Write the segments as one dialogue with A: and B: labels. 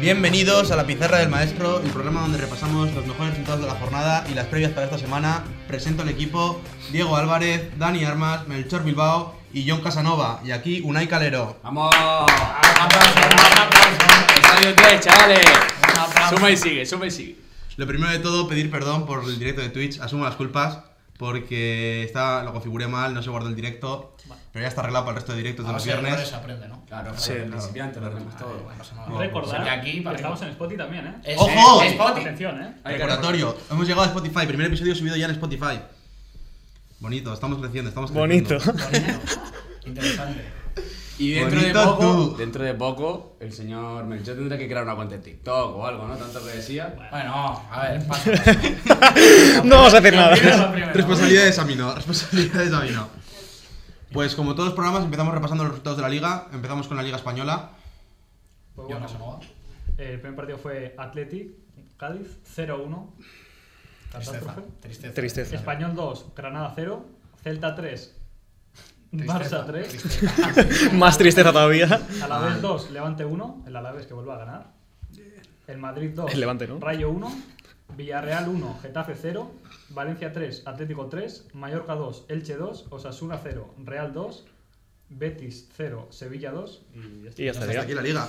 A: Bienvenidos a la Pizarra del Maestro, el programa donde repasamos los mejores resultados de la jornada y las previas para esta semana. Presento al equipo Diego Álvarez, Dani Armas, Melchor Bilbao y John Casanova. Y aquí Unai Calero.
B: ¡Vamos! ¡Estadio 3, chavales! Suma y sigue, suma y sigue.
A: Lo primero de todo, pedir perdón por el directo de Twitch. Asumo las culpas porque estaba, lo configuré mal, no se guardó el directo. Pero ya está arreglado para el resto de directos
B: Ah,
A: de
C: A
A: los
C: ver, errores
A: viernes.
C: se aprende, ¿no?
B: Claro,
D: Sí,
B: el
D: claro.
B: principiante lo tenemos todo.
C: Bueno, eso no-
A: Bueno,
D: Recordar
C: porque aquí,
D: que
C: para-
D: estamos en Spotify también, ¿eh?
C: Es-
A: ¡Ojo!
C: es Spotify.
D: Atención, ¿eh?
B: Hay que
A: Recordatorio, hemos llegado a Spotify, primer episodio subido ya en Spotify. Bonito, estamos creciendo, estamos creciendo.
D: Bonito.
C: Bonito. Interesante.
B: Y dentro de,
A: Bonito
B: poco,
A: tú.
B: dentro de poco, el señor Melchor tendrá que crear una cuenta en TikTok o algo, ¿no? Tanto que decía.
C: Bueno, a ver, pasa.
D: No vamos a hacer
C: Lo primero es lo primero.
A: Responsabilidades a mí no, responsabilidades a mí no. Pues como todos los programas empezamos repasando los resultados de la liga, empezamos con la liga española.
D: Pues
C: Yo
D: bueno, eh,
C: no sé cómo va.
D: el primer partido fue Athletic, Cádiz 0-1,
C: Tristeza.
D: catástrofe.
C: Tristeza.
E: Tristeza.
D: Español 2, Granada 0, Celta 3,
C: Tristeza.
D: Barça 3,
C: Tristeza.
E: Más tristeza todavía.
D: Alavés 2, Levante 1, el Alavés que vuelve a ganar. El Madrid 2,
E: El Levante, ¿no?
D: Rayo 1, Villarreal 1, Getafe 0, Valencia 3, Atlético 3, Mallorca 2, Elche 2, Osasuna 0, Real 2, Betis 0, Sevilla 2 y ya está.
E: Y ya está,
A: Hasta aquí
E: ya.
A: la liga.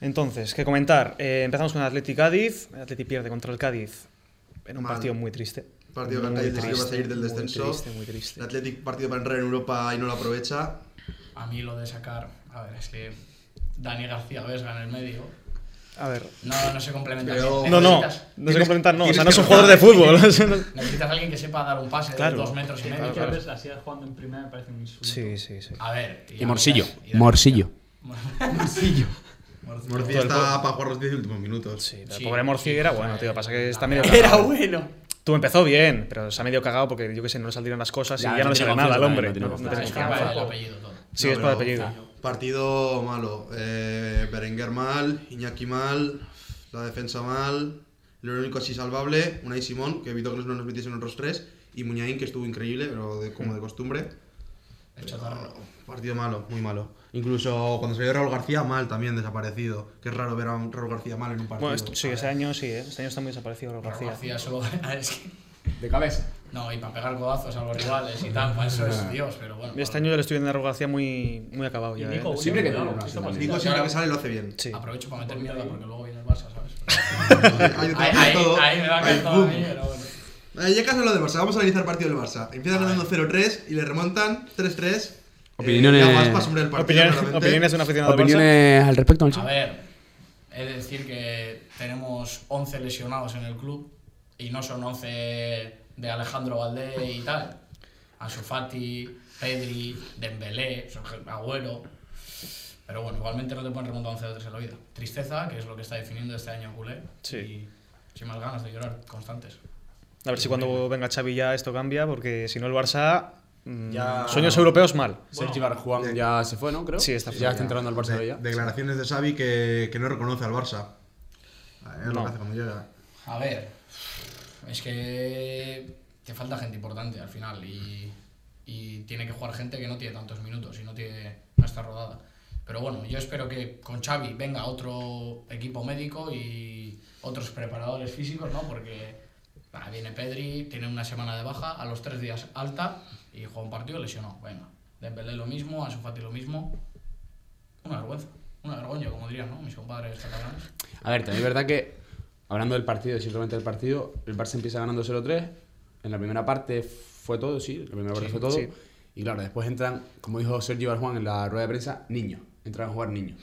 E: Entonces, ¿qué comentar? Eh, empezamos con el Atleti Cádiz. El Atleti pierde contra el Cádiz en un
A: Mal.
E: partido muy triste.
A: Partido que el
E: Muy
A: Cádiz decidió que va a
E: triste,
A: salir del
E: muy
A: descenso.
E: triste, muy triste.
A: El Athletic partido para entrar en Europa y no lo aprovecha.
C: A mí lo de sacar. A ver, es que Dani García Vesga en el medio.
E: A ver.
C: No, no se complementa.
A: Pero-
C: bien.
E: No, no.
C: Necesitas-
E: No se complementan, no. O sea,
A: tienes
E: no es
A: que
E: un jugador de fútbol.
C: Necesitas a alguien que sepa dar un pase
E: Claro.
C: de dos metros y
D: Que
C: medio.
D: que a veces así jugando en primera me parece un insulto.
E: Sí, sí, sí.
C: A ver.
B: Y Morcillo.
C: y Dani-
B: Morcillo.
C: Morcillo.
A: Murcia está para jugar los 10 últimos minutos.
E: Sí, el
C: Sí,
E: pobre Morci
C: sí,
E: era
C: fue-
E: bueno, tío. Pasa que está
C: Ah,
E: medio
B: Era
E: cagado.
B: bueno.
E: Tú empezó bien, pero se ha medio cagado porque yo que sé, no le salieron las cosas y
B: Ya,
E: ya,
B: no
E: no le
B: tiene
E: sale nada al
B: confianza,
E: hombre.
B: no tiene
E: No, no
B: confianza.
E: tiene
C: Es que vale el
E: confianza.
C: apellido todo.
E: Sí,
A: No,
E: es por
A: pero-
E: apellido.
A: Partido malo. Eh, Berenguer mal, Iñaki mal, la defensa mal. Lo único así salvable, Unai Simón, que evitó que no nos metiesen otros tres. Y Muñain, que estuvo increíble, pero de- como de costumbre.
C: El chotarro.
A: Partido malo, muy malo. Incluso cuando salió Raúl García, mal también, desaparecido. Que es raro ver a un Raúl García mal en un partido.
E: Bueno, esto- sí, ese año sí, ¿eh? Este año está muy desaparecido Raúl
C: Raúl
E: García.
C: García solo. Ah, es que-
B: De cabeza.
C: No, y para pegar codazos a los rivales y tal, para eso es Dios, pero bueno.
E: Este año yo le estoy viendo a Raúl García muy, muy acabado
D: Y
E: ya.
D: Nico
E: ¿eh?
D: Williams,
B: Siempre que
D: cuidado,
B: no,
D: que
B: no,
D: está
B: no,
D: mal.
A: Nico siempre que sale lo hace bien.
E: Sí.
C: Aprovecho para meter mierda porque luego viene el Barça, ¿sabes?
A: Ahí te va a
C: Ahí,
A: caer
C: ahí-
A: todo.
C: ahí me va a caer
A: Ahí,
C: todo a
A: pum.
C: mí, pero bueno.
A: Eh, ya casi lo del Barça, vamos a analizar el partido del Barça. Empiezan
C: A ver.
A: ganando 0-3 y le remontan 3-3.
B: Opiniones-
A: Eh, ya más para sobre el partido,
E: Opiniones,
A: claramente.
E: opiniones de un aficionado del Barça.
B: ¿Opiniones al respecto, Melchor?
C: A ver, es decir que tenemos 11 lesionados en el club y no son 11 de Alejandro Valdés y tal. Ansu Fati, Pedri, Dembélé, Sergio Agüero. Pero bueno, igualmente no te pueden remontar 11 de tres en la vida. Tristeza, que es lo que está definiendo este año culé.
E: Sí.
C: Y sin más ganas de llorar, constantes.
E: A ver si cuando venga Xavi ya esto cambia, porque si no el Barça... mm,
A: Ya-
E: Sueños europeos mal.
B: Sergi Barjuan ya se fue, ¿no? Creo.
E: Sí, está fuera,
B: Ya está entrando al Barça de
A: De-
B: ya.
A: Declaraciones de Xavi que, que no reconoce al Barça. Ah, Es lo
E: No.
A: que hace cuando llega.
C: A ver, es que te falta gente importante al final y, y tiene que jugar gente que no tiene tantos minutos y no, tiene, no está rodada. Pero bueno, yo espero que con Xavi venga otro equipo médico y otros preparadores físicos, ¿no? Porque ah, viene Pedri, tiene una semana de baja, a los tres días alta y juega un partido lesionó. Venga, Dembélé lo mismo, Ansu Fati lo mismo. Una vergüenza, una vergüenza, como dirían, ¿no? Mis compadres catalanes.
B: A ver, también es verdad que, hablando del partido, simplemente del partido, el Barça empieza ganando 0-3. En la primera parte fue todo, sí, la primera parte fue todo.
E: sí.
B: Y claro, después entran, como dijo Sergio Barjuan en la rueda de prensa, niños. Entran a jugar niños.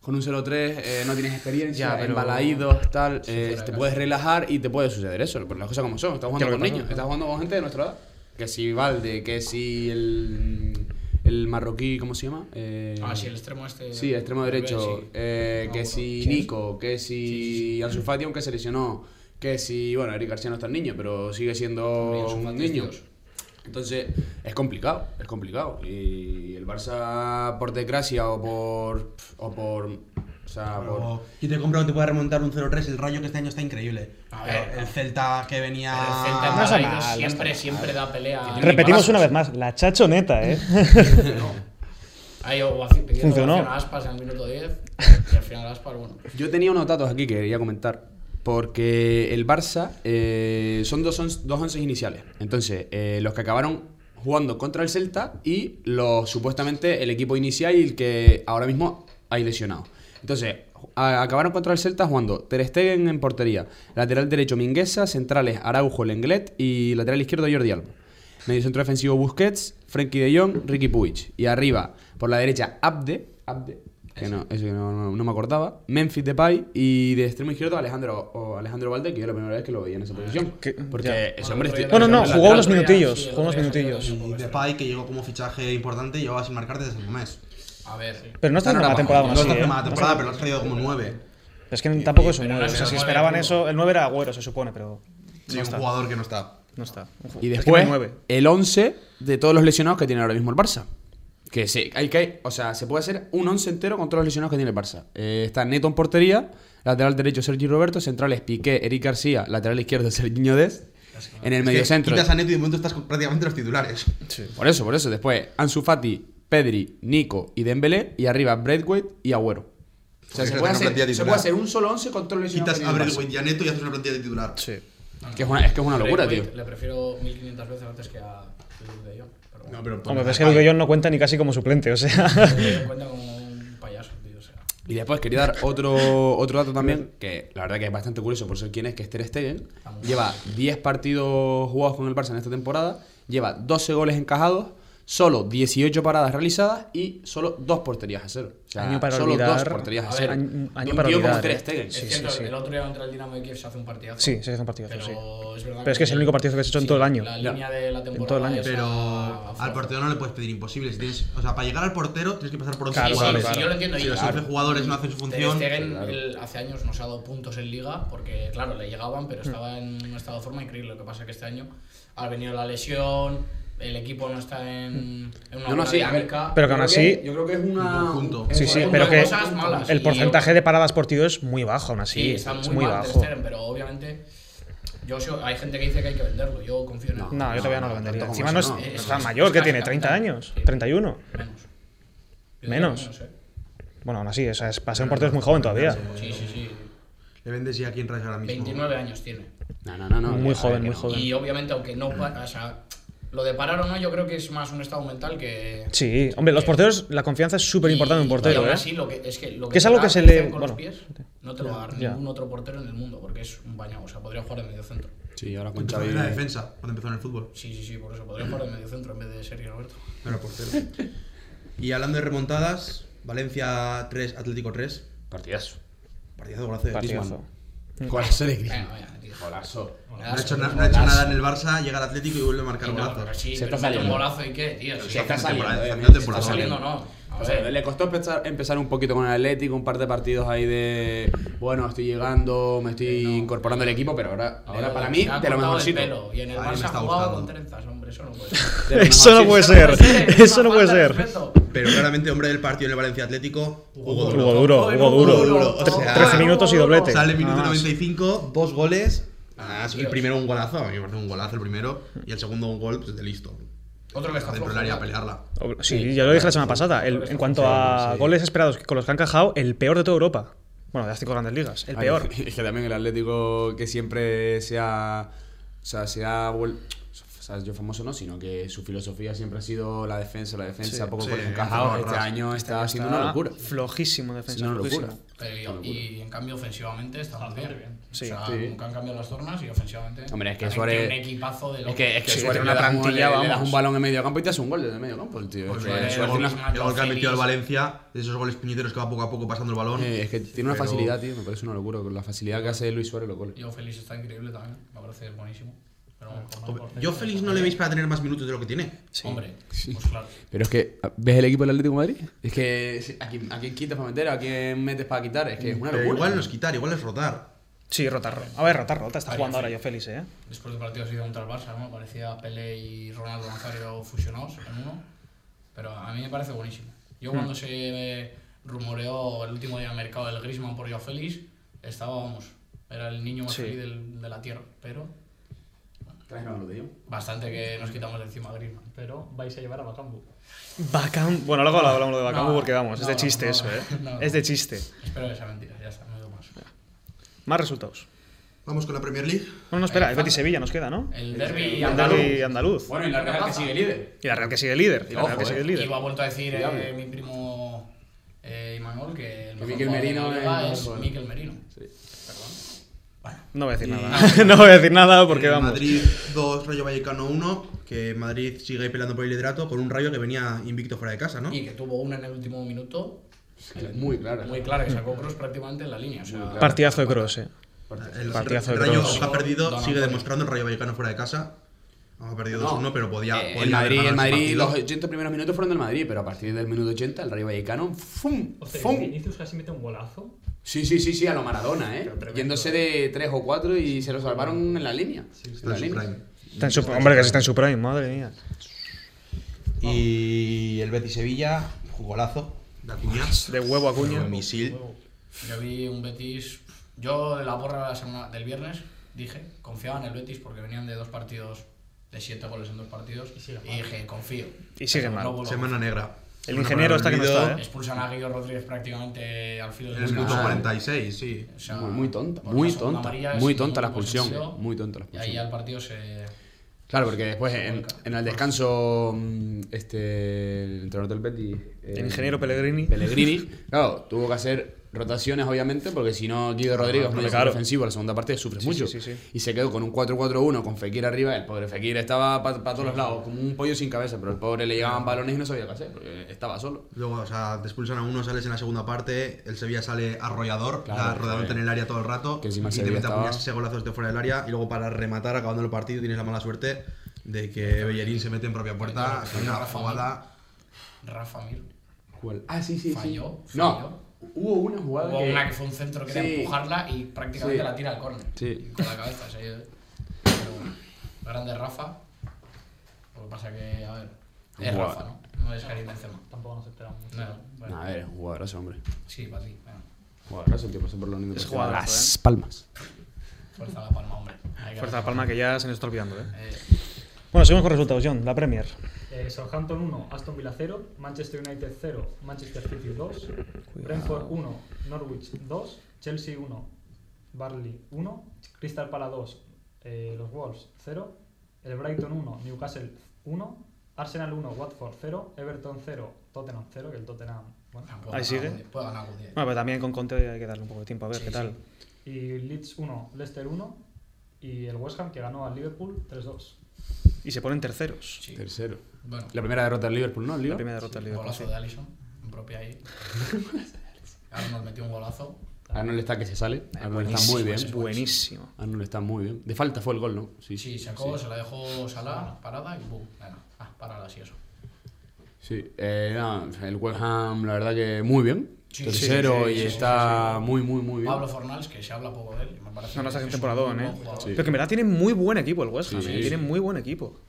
B: Con un 0-3 eh, no tienes experiencia,
E: Ya, pero-
B: embalaídos, tal. eh,
C: fuera de
B: te
C: casa.
B: puedes relajar y te puede suceder eso, pero las cosas como son. Estás jugando
E: ¿Qué es
B: con
E: lo que
B: niños,
E: pasa?
B: estás jugando con gente de nuestra edad. Que si Valde, que si el, el marroquí, ¿cómo se llama? Eh,
C: Ah, sí, el extremo este.
B: Sí, extremo
C: Valverde,
B: derecho.
C: sí.
B: eh,
C: No,
B: que
C: bueno.
B: si
C: Sí,
B: Nico, que si Ansu Fati, aunque se lesionó. Que si, bueno, Eric García no está niño, pero sigue
C: Y
B: siendo
C: Ansu
B: un
C: Fati es
B: niño.
C: Dios.
B: Entonces, es complicado, es complicado. Y el Barça, por desgracia o por, o por O sea, por...
A: Pero- Y te compro que te puede remontar un 0-3. El rayo que este año está increíble.
C: A ver.
A: Pero el Celta que venía.
C: Pero el Celta en
E: No está
C: Madrid
E: mal, no
C: siempre, siempre da pelea.
E: Repetimos una vez más, la chachoneta, ¿eh?
C: Ahí Oguaci pidiendo
E: Funcionó.
C: Funcionó. a Aspas en el minuto 10 y al final Aspas, bueno.
B: Yo tenía unos datos aquí que quería comentar. Porque el Barça eh, son dos, once, dos onces iniciales. Entonces, eh, los que acabaron jugando contra el Celta y los supuestamente el equipo inicial y el que ahora mismo hay lesionado. Entonces, a- acabaron contra el Celta jugando Ter Stegen en portería, lateral derecho Mingueza, centrales Araujo, Lenglet y lateral izquierdo Jordi Alba. Medio centro defensivo Busquets, Frenkie de Jong, Ricky Puig. Y arriba, por la derecha, Abde. Abde. Que no, eso que no, no- no me acordaba. Memphis Depay y de extremo izquierdo Alejandro, o Alejandro Valde, que yo la primera vez que lo veía en esa posición.
E: Que-
B: Porque
E: ya.
B: ese hombre...
C: Bueno,
B: esti-
E: Bueno, no,
B: ese
E: jugó
B: lateral-
E: unos
C: otro día,
E: minutillos,
C: sí, el
E: jugó unos
C: otro día salió
E: minutillos.
C: también
A: Y
C: un poco
A: Depay, que llegó como fichaje importante, llevaba sin marcar desde el mes.
C: A ver.
E: Pero no está en la temporada aún
A: No
E: así,
A: está
E: ¿eh?
A: firmada la temporada, pero lo has traído como 9.
E: Es que tampoco es un
C: Pero
E: 9. O
C: no
E: sea,
C: es
E: si
C: el nueve
E: esperaban
C: puro.
E: eso, el 9 era Agüero, se supone, pero
A: Sí,
E: no
A: un
E: está.
A: jugador que no está.
E: No está. Un ju-
B: Y
E: es que no hay
B: después,
E: nueve.
B: el 11 de todos los lesionados que tiene ahora mismo el Barça. Que sí, hay que hay- o sea, se puede hacer un 11 entero con todos los lesionados que tiene el Barça. Eh, está Neto en portería, lateral derecho Sergi Roberto, centrales Piqué, Eric García, lateral izquierdo Serginho Dest. En
A: Es
B: el
A: que
B: medio centro.
E: eh.
A: Quitas a Neto y de momento estás con prácticamente los titulares.
B: Por eso, por eso. Después, Ansu Fati, Pedri, Nico y Dembélé. Y arriba, Braithwaite y Agüero. O sea,
A: Porque
B: se
A: es
B: puede,
A: una
B: hacer,
A: plantilla
B: se
A: titular.
B: puede hacer un solo 11 con todos los lesionados
A: Quitas
B: que
A: a
B: tiene el
A: Bradway y a Neto y haces una plantilla de titular.
E: Sí.
B: Barça. Que es una- es que es una locura, tío.
C: Braithwaite Le prefiero 1500 veces antes que a Luke de Jong. Pero bueno,
A: pero
E: Hombre, pero es que Luke de Jong no cuenta ni casi como suplente, o sea.
C: Luke de Jong cuenta como un payaso, tío. O sea.
B: Y después quería dar otro, otro dato también, que la verdad que es bastante curioso por ser quien es, que es Ter Stegen. Lleva 10 partidos jugados con el Barça en esta temporada, lleva 12 goles encajados, solo 18 paradas realizadas y solo 2 porterías a cero. O sea,
E: Año para
B: solo
E: olvidar.
B: 2 porterías a
C: A
B: cero.
C: ver,
E: un año
B: De un
E: para
B: tío como
E: olvidar,
B: Ter
E: eh.
B: Stegen.
E: Sí,
C: es
E: sí,
C: cierto,
E: sí.
C: el otro día contra el Dinamo de Kiev se hace un partidazo.
E: Sí, se hace un partidazo, sí.
C: Pero es, verdad
E: Pero es que es el único partidazo que se ha hecho en todo el año.
C: La
B: Ya.
C: línea de la temporada.
E: todo el año.
C: es
A: Pero
C: a- a
A: al
C: fuego.
A: portero no le puedes pedir imposible. Si tienes, o sea, para llegar al portero tienes que pasar por 11
E: Claro,
C: Sí,
E: claro,
C: sí, sí,
E: claro.
C: yo lo entiendo.
A: Si
C: y-
A: los
C: claro.
A: 11 jugadores no hacen su función.
C: Ter Stegen, él hace años nos ha dado puntos en liga porque, claro, le llegaban,
E: Hmm.
C: pero estaba en un estado de forma increíble. Lo que pasa es que este año ha venido la lesión, el equipo no está en,
E: Hmm.
C: en
B: No,
C: una
B: no,
C: buena
B: sí, a ver,
C: dinámica.
E: Pero que aún
B: Yo creo
E: así-
B: que- Yo creo que es una...
A: Un conjunto.
B: es
E: Sí,
B: un
E: sí,
B: conjunto
E: pero
B: de
E: que
B: cosas malas.
E: el
C: y-
E: porcentaje de paradas por tío es muy bajo aún así.
C: sí, está muy,
E: es muy
C: mal Ter
E: bajo.
C: Stegen, pero obviamente yo, soy- hay gente que dice que hay que venderlo. Yo confío en él.
E: No, yo todavía no lo vendería.
B: tanto como
E: Encima no es
B: eso,
C: no.
E: es tan mayor, que tiene 30 años, 31.
C: Menos. Yo
E: Menos.
C: diría eh.
E: Bueno, aún así, o sea, es, para ser un portero es muy joven todavía.
C: Sí, sí, sí.
A: Le vendes ya a quién traes ahora mismo.
C: 29 años tiene.
B: No, no, no, no,
E: Muy
B: a ver,
E: joven,
B: que
E: muy
B: no.
E: joven.
C: Y obviamente, aunque no. pa- O sea, lo de parar o no, yo creo que es más un estado mental que.
E: Sí, hombre, los porteros, la confianza es súper importante en un
C: Y- y
E: portero,
C: aún
E: ¿eh?
C: así, lo que, es que, lo
E: Que es
C: te
E: algo
C: da
E: que se le-
C: hacer Con
E: bueno,
C: los pies, no te lo va a dar
E: ya.
C: ningún otro portero en el mundo, porque es un bañado. O sea, podría jugar de medio centro.
B: Sí, ahora con
A: Empezó
B: Xavi...
A: en la defensa cuando empezó en el fútbol.
C: Sí, sí, sí, por eso. Podría jugar de medio centro en vez de Sergio Roberto.
A: No era portero. y hablando de remontadas, Valencia 3, Atlético 3.
B: Partidazo.
A: Partidazo golazo de Griezmann.
E: Partidazo. Mm.
B: Golazo de Griezmann.
C: Venga, venga, tío.
B: Golazo.
A: No ha hecho, na- no ha hecho nada en el Barça, llega al Atlético y vuelve a marcar
C: Y no,
A: golazos.
C: pero sí,
B: Se
C: pero
B: está
C: mete un
B: saliendo.
C: golazo y qué, tío. Si
B: Se está
C: está
A: temporada,
B: saliendo. eh,
A: final de
B: se está
A: temporada.
C: saliendo,
B: saliendo.
C: no. A
B: O sea,
C: ver,
B: le costó empezar, empezar un poquito con el Atlético, un par de partidos ahí de, bueno, estoy llegando, me estoy incorporando al equipo, pero ahora, ahora para mí,
C: se ha
B: de lo
C: cortado el
B: mejorcito.
C: pelo, Y en el
A: A mí me
C: Barça
A: está
C: jugaba
A: gustando.
C: con trenzas, hombre, eso no puede ser.
B: De lo
E: Eso no
B: mejorcito.
E: puede ser. Eso no puede
C: Falta de
E: ser.
C: respeto.
A: Pero claramente, hombre del partido en el Valencia Atlético, Hugo Duro.
E: Hugo duro,
C: Ay,
E: Hugo duro.
A: Hugo Duro, o
E: Tre-
A: sea,
E: 13 minutos y
C: Hugo Duro.
E: doblete.
A: Sale minuto
E: Nada más.
A: 95, dos goles. Ah, es el
C: Dios.
A: primero un golazo, a mí me parece un golazo el primero. Y el segundo un gol, pues de listo.
C: Otro que está
A: Dentro
C: flojo.
A: del área a pelearla.
E: Ob- Sí, ya lo dije la semana pasada. El- en cuanto a goles esperados con los que han cajado, el peor de toda Europa. Bueno, de las cinco grandes ligas. El
B: Ay,
E: peor.
B: Es que también el Atlético que siempre se ha. O sea, se ha vuel- o sea, yo famoso no, sino que su filosofía siempre ha sido la defensa, la defensa, poco
A: sí,
B: por encajado.
A: encerrar
B: Este
A: atrás.
B: año está siendo
E: Está
B: una locura.
E: Flojísimo defensa.
B: Siendo una
E: flojísimo.
B: locura.
C: Pero, y, y en cambio ofensivamente estamos bien. bien.
E: Sí.
C: o sea,
B: Sí.
C: nunca han cambiado las tornas y ofensivamente.
B: Hombre, es que
C: tienen
B: Suárez-
C: un equipazo de
B: Es
C: locos.
B: que, es que
E: Sí,
B: Suárez
E: tiene una
B: le das un-
E: plantilla,
B: le- le das
E: vamos.
B: un balón en medio campo y te hace un gol desde medio campo, el tío.
A: Pues,
B: Suárez-
A: eh, el,
B: Suárez tiene
A: gol,
B: una-
A: el gol que ha metido el
C: Feliz.
A: Valencia, de esos goles puñeteros que va poco a poco pasando el balón.
B: eh, es que tiene una
A: Pero-
B: facilidad, tío. Me parece una locura con la facilidad que hace Luis Suárez los goles.
C: Yo feliz está increíble también. Me parece buenísimo. Pero bueno, por mal, por
A: Yo feliz no le veis para tener más minutos de lo que tiene.
C: Hombre,
B: Sí.
C: pues claro.
B: Pero es que, ¿ves el equipo del Atlético de Madrid? Es que, sí, ¿a quién, a quién quitas para meter? ¿A quién metes para quitar? Es que es una
A: Pero
B: locura.
A: igual no es quitar, igual es rotar.
E: Sí, rotar. A ver, rotar, rota. Está jugando ahora yo, Félix, ¿eh?
C: Después del partido ha sido contra el Barça, ¿no? Parecía Pele y Ronaldo
B: Hmm.
C: Nazario fusionados en uno. Pero a mí me parece buenísimo. Yo cuando se rumoreó el último día de mercado del Griezmann por Joao Félix, estaba, vamos, era el niño más
E: Sí.
C: feliz del- de la tierra, pero
B: Trajeron lo de yo.
C: bastante que nos quitamos de encima a Griezmann.
D: Pero vais a llevar a Bakambu.
E: Bacam- Bueno, luego hablamos de Bacambu
C: No,
E: porque vamos, es de
C: no,
E: chiste
C: no,
E: eso, ¿eh?
C: no.
E: Es de chiste.
C: Espero que sea mentira, ya está, no digo más.
E: Más resultados.
A: Vamos con la Premier League.
E: No, no, espera,
C: Eh,
E: el
C: falta.
E: Betis Sevilla nos queda, ¿no?
C: El derby
E: Y
C: Eh, andaluz.
E: Andaluz. andaluz.
B: Bueno, y la Real que sigue líder.
E: Y la Real que sigue líder. Y la
B: Ojo,
E: Real que
B: eh.
E: sigue
C: Y
E: líder.
C: lo ha vuelto a decir eh,
B: Fiable.
C: mi primo eh, Imanol que
B: Que
C: el mejor
B: Mikel
C: jugador de la
B: Merino
C: liga
B: es-
C: es Mikel Merino.
E: No voy a decir
A: Y-
E: nada. No voy a decir nada porque
A: Eh,
E: vamos.
A: Madrid 2, Rayo Vallecano 1. Que Madrid sigue peleando por el liderato con un Rayo que venía invicto fuera de casa, ¿no?
C: Y que tuvo una en el último minuto
B: Muy claro.
C: muy clara que sacó Cross prácticamente en la línea. O sea,
B: Muy clara.
E: Partidazo de Cross, eh.
A: El
E: Partidazo de
A: Rayo
E: Kroos.
A: aunque ha perdido,
C: Don
A: sigue
C: Antonio.
A: demostrando el Rayo Vallecano fuera de casa. Ha perdido
B: No.
A: 2-1, pero podía.
B: Eh,
A: podía haber
B: el Madrid,
A: ganado
B: el
A: ese
B: Madrid
A: partido.
B: los 80 primeros minutos fueron del Madrid, pero a partir del minuto 80 el Rayo Vallecano ¡fum!
D: Hostia,
B: ¡fum!
D: Vinicius casi mete un golazo.
B: Sí, sí, sí, sí, a lo Maradona, ¿eh?
D: Pero tremendo.
B: Yéndose de 3 o 4 y se lo salvaron en la línea.
A: Está
B: en la
A: en su
B: línea.
A: prime.
E: Está en su- hombre, casi está en su prime, madre mía.
B: Oh.
A: Y el Betis Sevilla, golazo. De Acuña.
E: De huevo a cuña.
A: Pero Misil.
C: Yo vi un Betis. Yo de la porra de la semana, del viernes dije, confiaba en el Betis porque venían de dos partidos, de siete goles en dos partidos.
D: Y sigue
C: Y,
D: mal.
C: dije, confío.
E: Y sigue
C: Pero
E: mal.
C: vuelvo a
A: Semana negra.
E: El
A: Semana
E: ingeniero
A: para
E: está que no
A: olvido.
E: está, ¿eh?
C: Expulsan a Guillermo Rodríguez prácticamente al filo
A: En
C: del
A: el minuto
B: Ah.
A: 46, sí.
C: O sea,
B: Muy, muy tonta,
C: por la
B: muy
C: segunda
B: tonta,
C: amarilla es
B: muy tonta la
C: poco
B: expulsión,
C: sentido,
B: muy tonta la
C: Y ahí
B: expulsión.
C: al partido se.
B: Claro, porque después en,
C: vuelca.
B: en el descanso mm, este el entrenador del Betis, eh,
E: El ingeniero Pellegrini.
B: Pellegrini, claro, tuvo que hacer rotaciones obviamente porque si no Guido Rodríguez
E: no,
B: muy
E: Ah, claro.
B: ofensivo la segunda parte sufre
E: Sí,
B: mucho
E: sí, sí, sí.
B: y se quedó con un 4-4-1 con Fekir arriba, el pobre Fekir estaba para todos los lados como un pollo sin cabeza, pero el pobre le llegaban balones y no sabía qué hacer, porque estaba solo.
A: Luego, o sea, te expulsan a uno, sales en la segunda parte, el Sevilla sale arrollador,
B: Claro,
A: da rodeándote
B: sí.
A: en el área todo el rato,
B: Que encima el
A: y te
B: Sevilla
A: mete a
B: estaba-
A: puñas ese golazo desde fuera del área, y luego para rematar, acabando el partido, tienes la mala suerte de que Bellerín se mete en propia puerta,
C: Sí,
A: en una
C: Rafa.
A: jugada...
C: Rafa Mir.
B: ¿Cuál? Ah, sí, sí, sí.
C: Falló,
B: No, hubo una jugada
C: Hubo
B: que-
C: una que fue un centro que era
B: Sí.
C: empujarla y prácticamente
B: Sí.
C: la tira al córner.
B: Sí.
C: Con la cabeza, se ha ido. Pero bueno, grande Rafa. Lo que pasa que, a ver, es
B: Buah.
C: Rafa, ¿no? No es Karim Benzema.
D: Tampoco nos esperamos mucho.
C: No, bueno,
B: Nah, a ver, es un jugadorazo, hombre.
C: sí, para ti. venga.
B: Jugadorazo, el que pasó por la Unión
E: Es
B: Deportiva
E: jugadorazo, ¿eh?
B: Las Palmas.
C: Fuerza la palma, hombre. Hay que
E: Fuerza de
C: hacer.
E: Palma que ya se nos está olvidando, eh.
C: Eh,
E: Bueno, seguimos con resultados, John. La Premier.
D: Eh, Southampton 1, Aston Villa 0, Manchester United 0, Manchester City 2, Brentford 1, Norwich 2, Chelsea 1, Barley 1, Crystal Palace 2, eh, los Wolves 0, el Brighton 1, Newcastle 1, Arsenal 1, Watford 0, Everton 0, Tottenham 0, que el Tottenham, bueno.
C: puede
E: Ahí
C: ganar
E: sigue.
C: algún- Eh, Puede ganar algún día.
B: Ah.
E: Bueno, pero también con Conte hay que darle un poco de tiempo a ver
C: Sí,
E: qué tal.
C: sí.
D: Y Leeds 1, Leicester 1 y el West Ham que ganó al Liverpool 3-2.
E: Y se ponen terceros.
C: Sí.
B: Tercero.
C: Bueno,
B: La primera derrota del Liverpool, ¿no? El
E: La
B: Liverpool.
E: primera derrota del Liverpool.
C: golazo de Allison, en propia ahí. Arnold metió un golazo.
B: Arnold está que se sale. Arnold está
E: Eh, Buenísimo,
B: muy bien.
E: es Buenísimo.
B: Arnold está muy bien. De falta fue el gol, ¿no?
C: Sí, sacó, se la dejó Salah, parada y ¡pum! Venga, ah, parada, sí, eso.
B: Sí, eh, no, el West Ham, la verdad que muy bien.
C: Sí,
B: Tercero
E: sí, sí,
B: y
E: sí,
B: está muy, muy, muy bien.
C: Pablo Fornals, que se habla poco de él, y me parece.
E: No, no,
C: que
E: hace un
C: es un
E: temporadón,
C: muy
E: eh.
C: buen jugador.
B: Sí.
E: Pero que en verdad tiene muy buen equipo el West Ham,
B: Sí,
E: eh.
B: sí.
E: Tiene muy buen equipo.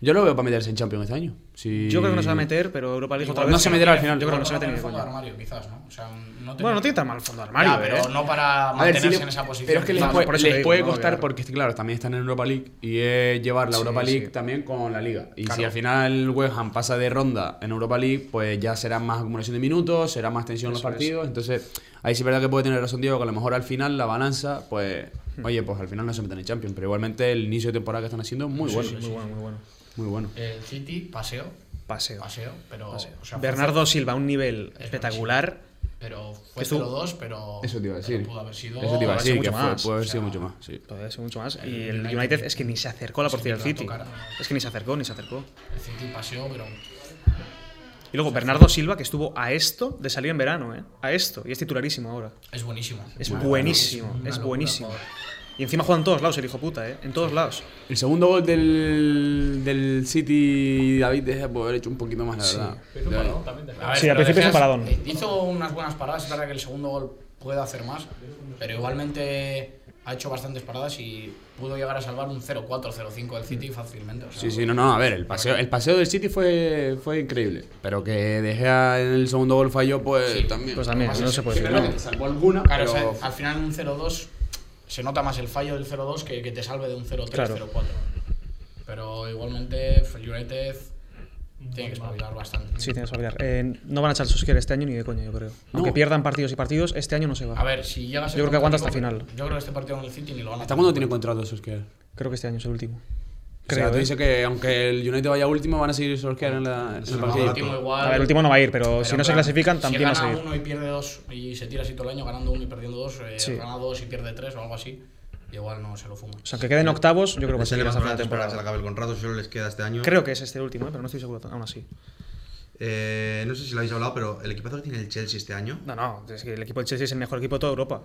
B: Yo lo veo para meterse en Champions este año. Sí.
E: Yo creo que no se va a meter, pero Europa League otra
B: no
E: vez.
B: se meterá al final.
E: Yo creo que no se
C: Igual
E: mete ni
C: en
E: de
C: el fondo
E: coña.
C: de armario, quizás, ¿no? O sea, no
E: Bueno, no tiene tan mal fondo de armario,
C: Ya, pero
E: eh.
C: no para
B: A ver, sí
C: mantenerse
B: le-
C: en esa posición.
B: Pero es que les
E: Claro,
B: puede,
E: por eso
B: les
E: digo,
B: puede
E: ¿no?
B: costar
E: Claro.
B: porque, claro, también están en Europa League y es llevar la
E: Sí,
B: Europa League
E: sí.
B: también con la Liga. Y si
E: Claro.
B: al final West Ham pasa de ronda en Europa League, pues ya será más acumulación de minutos, será más tensión en los
E: Eso es.
B: partidos. Entonces, ahí sí es verdad que puede tener razón Diego, que a lo mejor al final la balanza, pues,
E: Hmm.
B: oye, pues al final no se meten en Champions. Pero igualmente el inicio de temporada que están haciendo, muy
E: Sí,
B: bueno.
E: sí, muy bueno, muy bueno.
B: Muy bueno.
C: El City, paseo,
E: Paseo.
C: paseo, pero. o sea, fue-
E: Bernardo Silva, un nivel
C: buenísimo.
E: espectacular.
C: Pero fue
E: Estuvo-
C: 0-2, pero.
B: Eso te iba a
C: pero
B: decir.
C: Pudo haber sido.
B: Eso te iba a
E: haber
B: decir,
E: sido
B: que
E: mucho
B: fue-
E: más.
B: puede haber sido
C: O sea,
B: mucho más. Sí.
E: Todavía sido mucho más.
C: El
E: Y el
C: United-
E: United es que ni se acercó a la
C: Sí,
E: portería del
C: que la
E: City.
C: tocaron.
E: Es que ni se acercó, ni se acercó.
C: El City paseo, pero.
E: Y luego Bernardo Silva, que estuvo a esto de salir en verano, ¿eh? A esto. Y es titularísimo ahora.
C: Es buenísimo.
E: Es
B: Bueno,
E: buenísimo,
C: una
E: es
C: locura,
E: buenísimo.
C: joder.
E: Y encima juega en todos lados el hijo puta, ¿eh? En todos lados.
B: El segundo gol del, del City, David, deja poder hecho un poquito más, la verdad.
D: Pero un
B: Ya-
D: parón también de
C: A ver,
E: Sí,
C: pero
E: al principio es un
C: Dejeas,
E: paradón.
C: eh, Hizo unas buenas paradas, es verdad que el segundo gol puede hacer más, pero igualmente ha hecho bastantes paradas y pudo llegar a salvar un 0-4, 0-5 del City fácilmente. o sea,
B: Sí, sí, no, no, a ver, el paseo, el paseo del City fue, fue increíble. Pero que dejé a- en el segundo gol falló, pues
C: Sí,
B: también.
E: Pues también,
C: Además,
E: no
C: es-
E: se puede
C: sí,
E: decir.
C: pero-
E: nada.
B: Salvo salvó alguna,
C: Claro,
B: pero
C: o sea, al final en un 0-2 se nota más el fallo del 0-2 que, que te salve de un 0-3,
E: Claro.
C: 0-4. Pero igualmente, el United tiene que espabilar bastante.
E: Sí, tienes que olvidar. Eh, no van a echar a Solskjaer este año ni de coño, yo creo. Aunque
B: No.
E: pierdan partidos y partidos, este año no se va.
C: A ver, si llegas
E: Yo creo que aguanta hasta final.
C: Yo creo que este partido con el City ni lo gana.
B: ¿hasta cuándo tiene contrato Solskjaer?
E: Creo que este año es el último.
B: O sea,
E: Creo.
B: tú
E: ¿eh?
B: dices que aunque el United vaya último, van a seguir Solskjaer en, la, en el
A: no,
B: partido.
A: no,
C: último igual.
E: A ver, el último no va a ir, pero,
C: pero
E: si no
C: en
E: se
C: plan,
E: clasifican,
C: si
E: también va a
C: gana
E: seguir.
C: uno y pierde dos y se tira así todo el año ganando uno y perdiendo dos, eh,
E: Sí.
C: gana dos y pierde tres o algo así, igual no se lo fuma.
E: O sea, que queden octavos, yo creo que va a
A: Se
E: seguir
A: le va
E: hasta
A: a
E: final
A: la
E: de
A: temporada, se le
E: temporada.
A: acaba el contrato, solo les queda este año.
E: Creo que es este último, ¿eh? pero no estoy seguro aún así.
A: Eh, no sé si lo habéis hablado, pero el equipazo que tiene el Chelsea este año.
E: No, no, es que el equipo del Chelsea es el mejor equipo de toda Europa.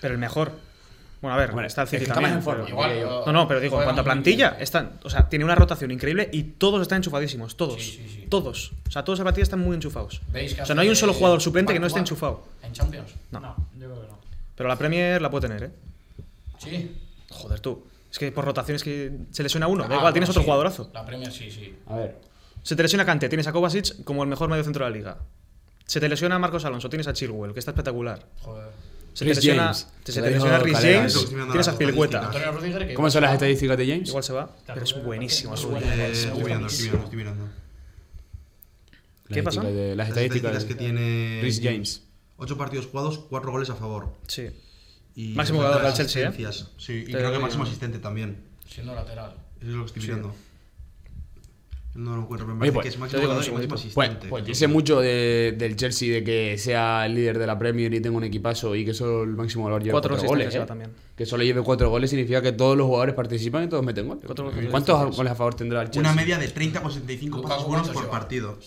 E: Pero el mejor. Bueno, a ver,
B: Hombre,
E: está el
B: es que
E: City
B: está
E: también.
B: más en forma.
E: pero-
C: Igual,
E: No, no, pero digo, en
C: juega
E: cuanto a
C: muy bien.
E: plantilla, están, o sea, tiene una rotación increíble y todos están enchufadísimos, todos.
C: Sí, sí, sí.
E: Todos. O sea, todos a plantilla están muy enchufados.
C: ¿Veis que
E: O sea, no
C: hace
E: hay un solo jugador suplente que no esté
C: Pac-Man
E: enchufado.
C: ¿En Champions?
E: No.
D: No, yo creo que no.
E: Pero la Premier la puede tener, ¿eh?
C: Sí.
E: Joder, tú. Es que por rotaciones que se lesiona uno, da
C: Ah,
E: igual, tienes
C: bueno,
E: otro
C: sí.
E: jugadorazo.
C: La Premier sí, sí.
B: A ver,
E: Se te lesiona Kante, tienes a Kovacic como el mejor medio centro de la liga. Se te lesiona Marcos Alonso, tienes a Chilwell, que está espectacular.
C: Joder.
E: Se
B: Rhys
E: te lesiona,
B: James,
E: te-
B: que
E: se
B: la
E: te
B: dijo
E: lesiona Rhys
B: Calera,
E: James,
A: eso. Estoy mirando
E: tienes a
A: las
E: Pilcueta.
A: estadísticas.
C: Antonio Rudiger que
B: ¿cómo son las estadísticas de James?
E: Igual se va, pero es buenísimo. es
D: Eh,
E: buenísimo.
A: Eh,
E: es
A: estoy mirando, estoy
E: buenísimo.
A: mirando, estoy mirando.
E: ¿Qué
B: Las
E: pasa?
B: estadísticas de- las
A: Las
B: estadísticas
A: estadísticas
B: de-
A: que tiene.
B: Rhys James.
A: 8 partidos jugados, 4 goles a favor.
E: Sí.
A: Y bastante
E: Máximo goleador del Chelsea, ¿eh?
A: asistencias. Sí, y
E: Te
A: creo
E: lo
A: que
E: digo.
A: máximo asistente también.
C: siendo lateral.
A: Eso es lo que estoy
E: Sí.
A: mirando. No lo encuentro, pero me parece
B: Oye, pues,
A: que es
E: te
A: máximo
E: digo
A: goleador y máximo
E: un segundito.
B: Pues,
A: asistente.
B: pues yo sé mucho de- del Chelsea de que sea el líder de la Premier y tenga un equipazo y que solo el máximo valor lleve
E: Cuatro
B: cuatro,
E: asistencias
B: goles.
E: lleva
B: ¿eh?
E: también.
B: Que solo lleve cuatro goles significa que todos los jugadores participan y todos meten goles.
E: Cuatro goles.
B: ¿Cuántos goles a favor tendrá el Chelsea?
A: Una media de 30 o 65
C: Lukaku,
A: pasos buenos
C: ¿cuántos
A: por
C: lleva?
A: partido.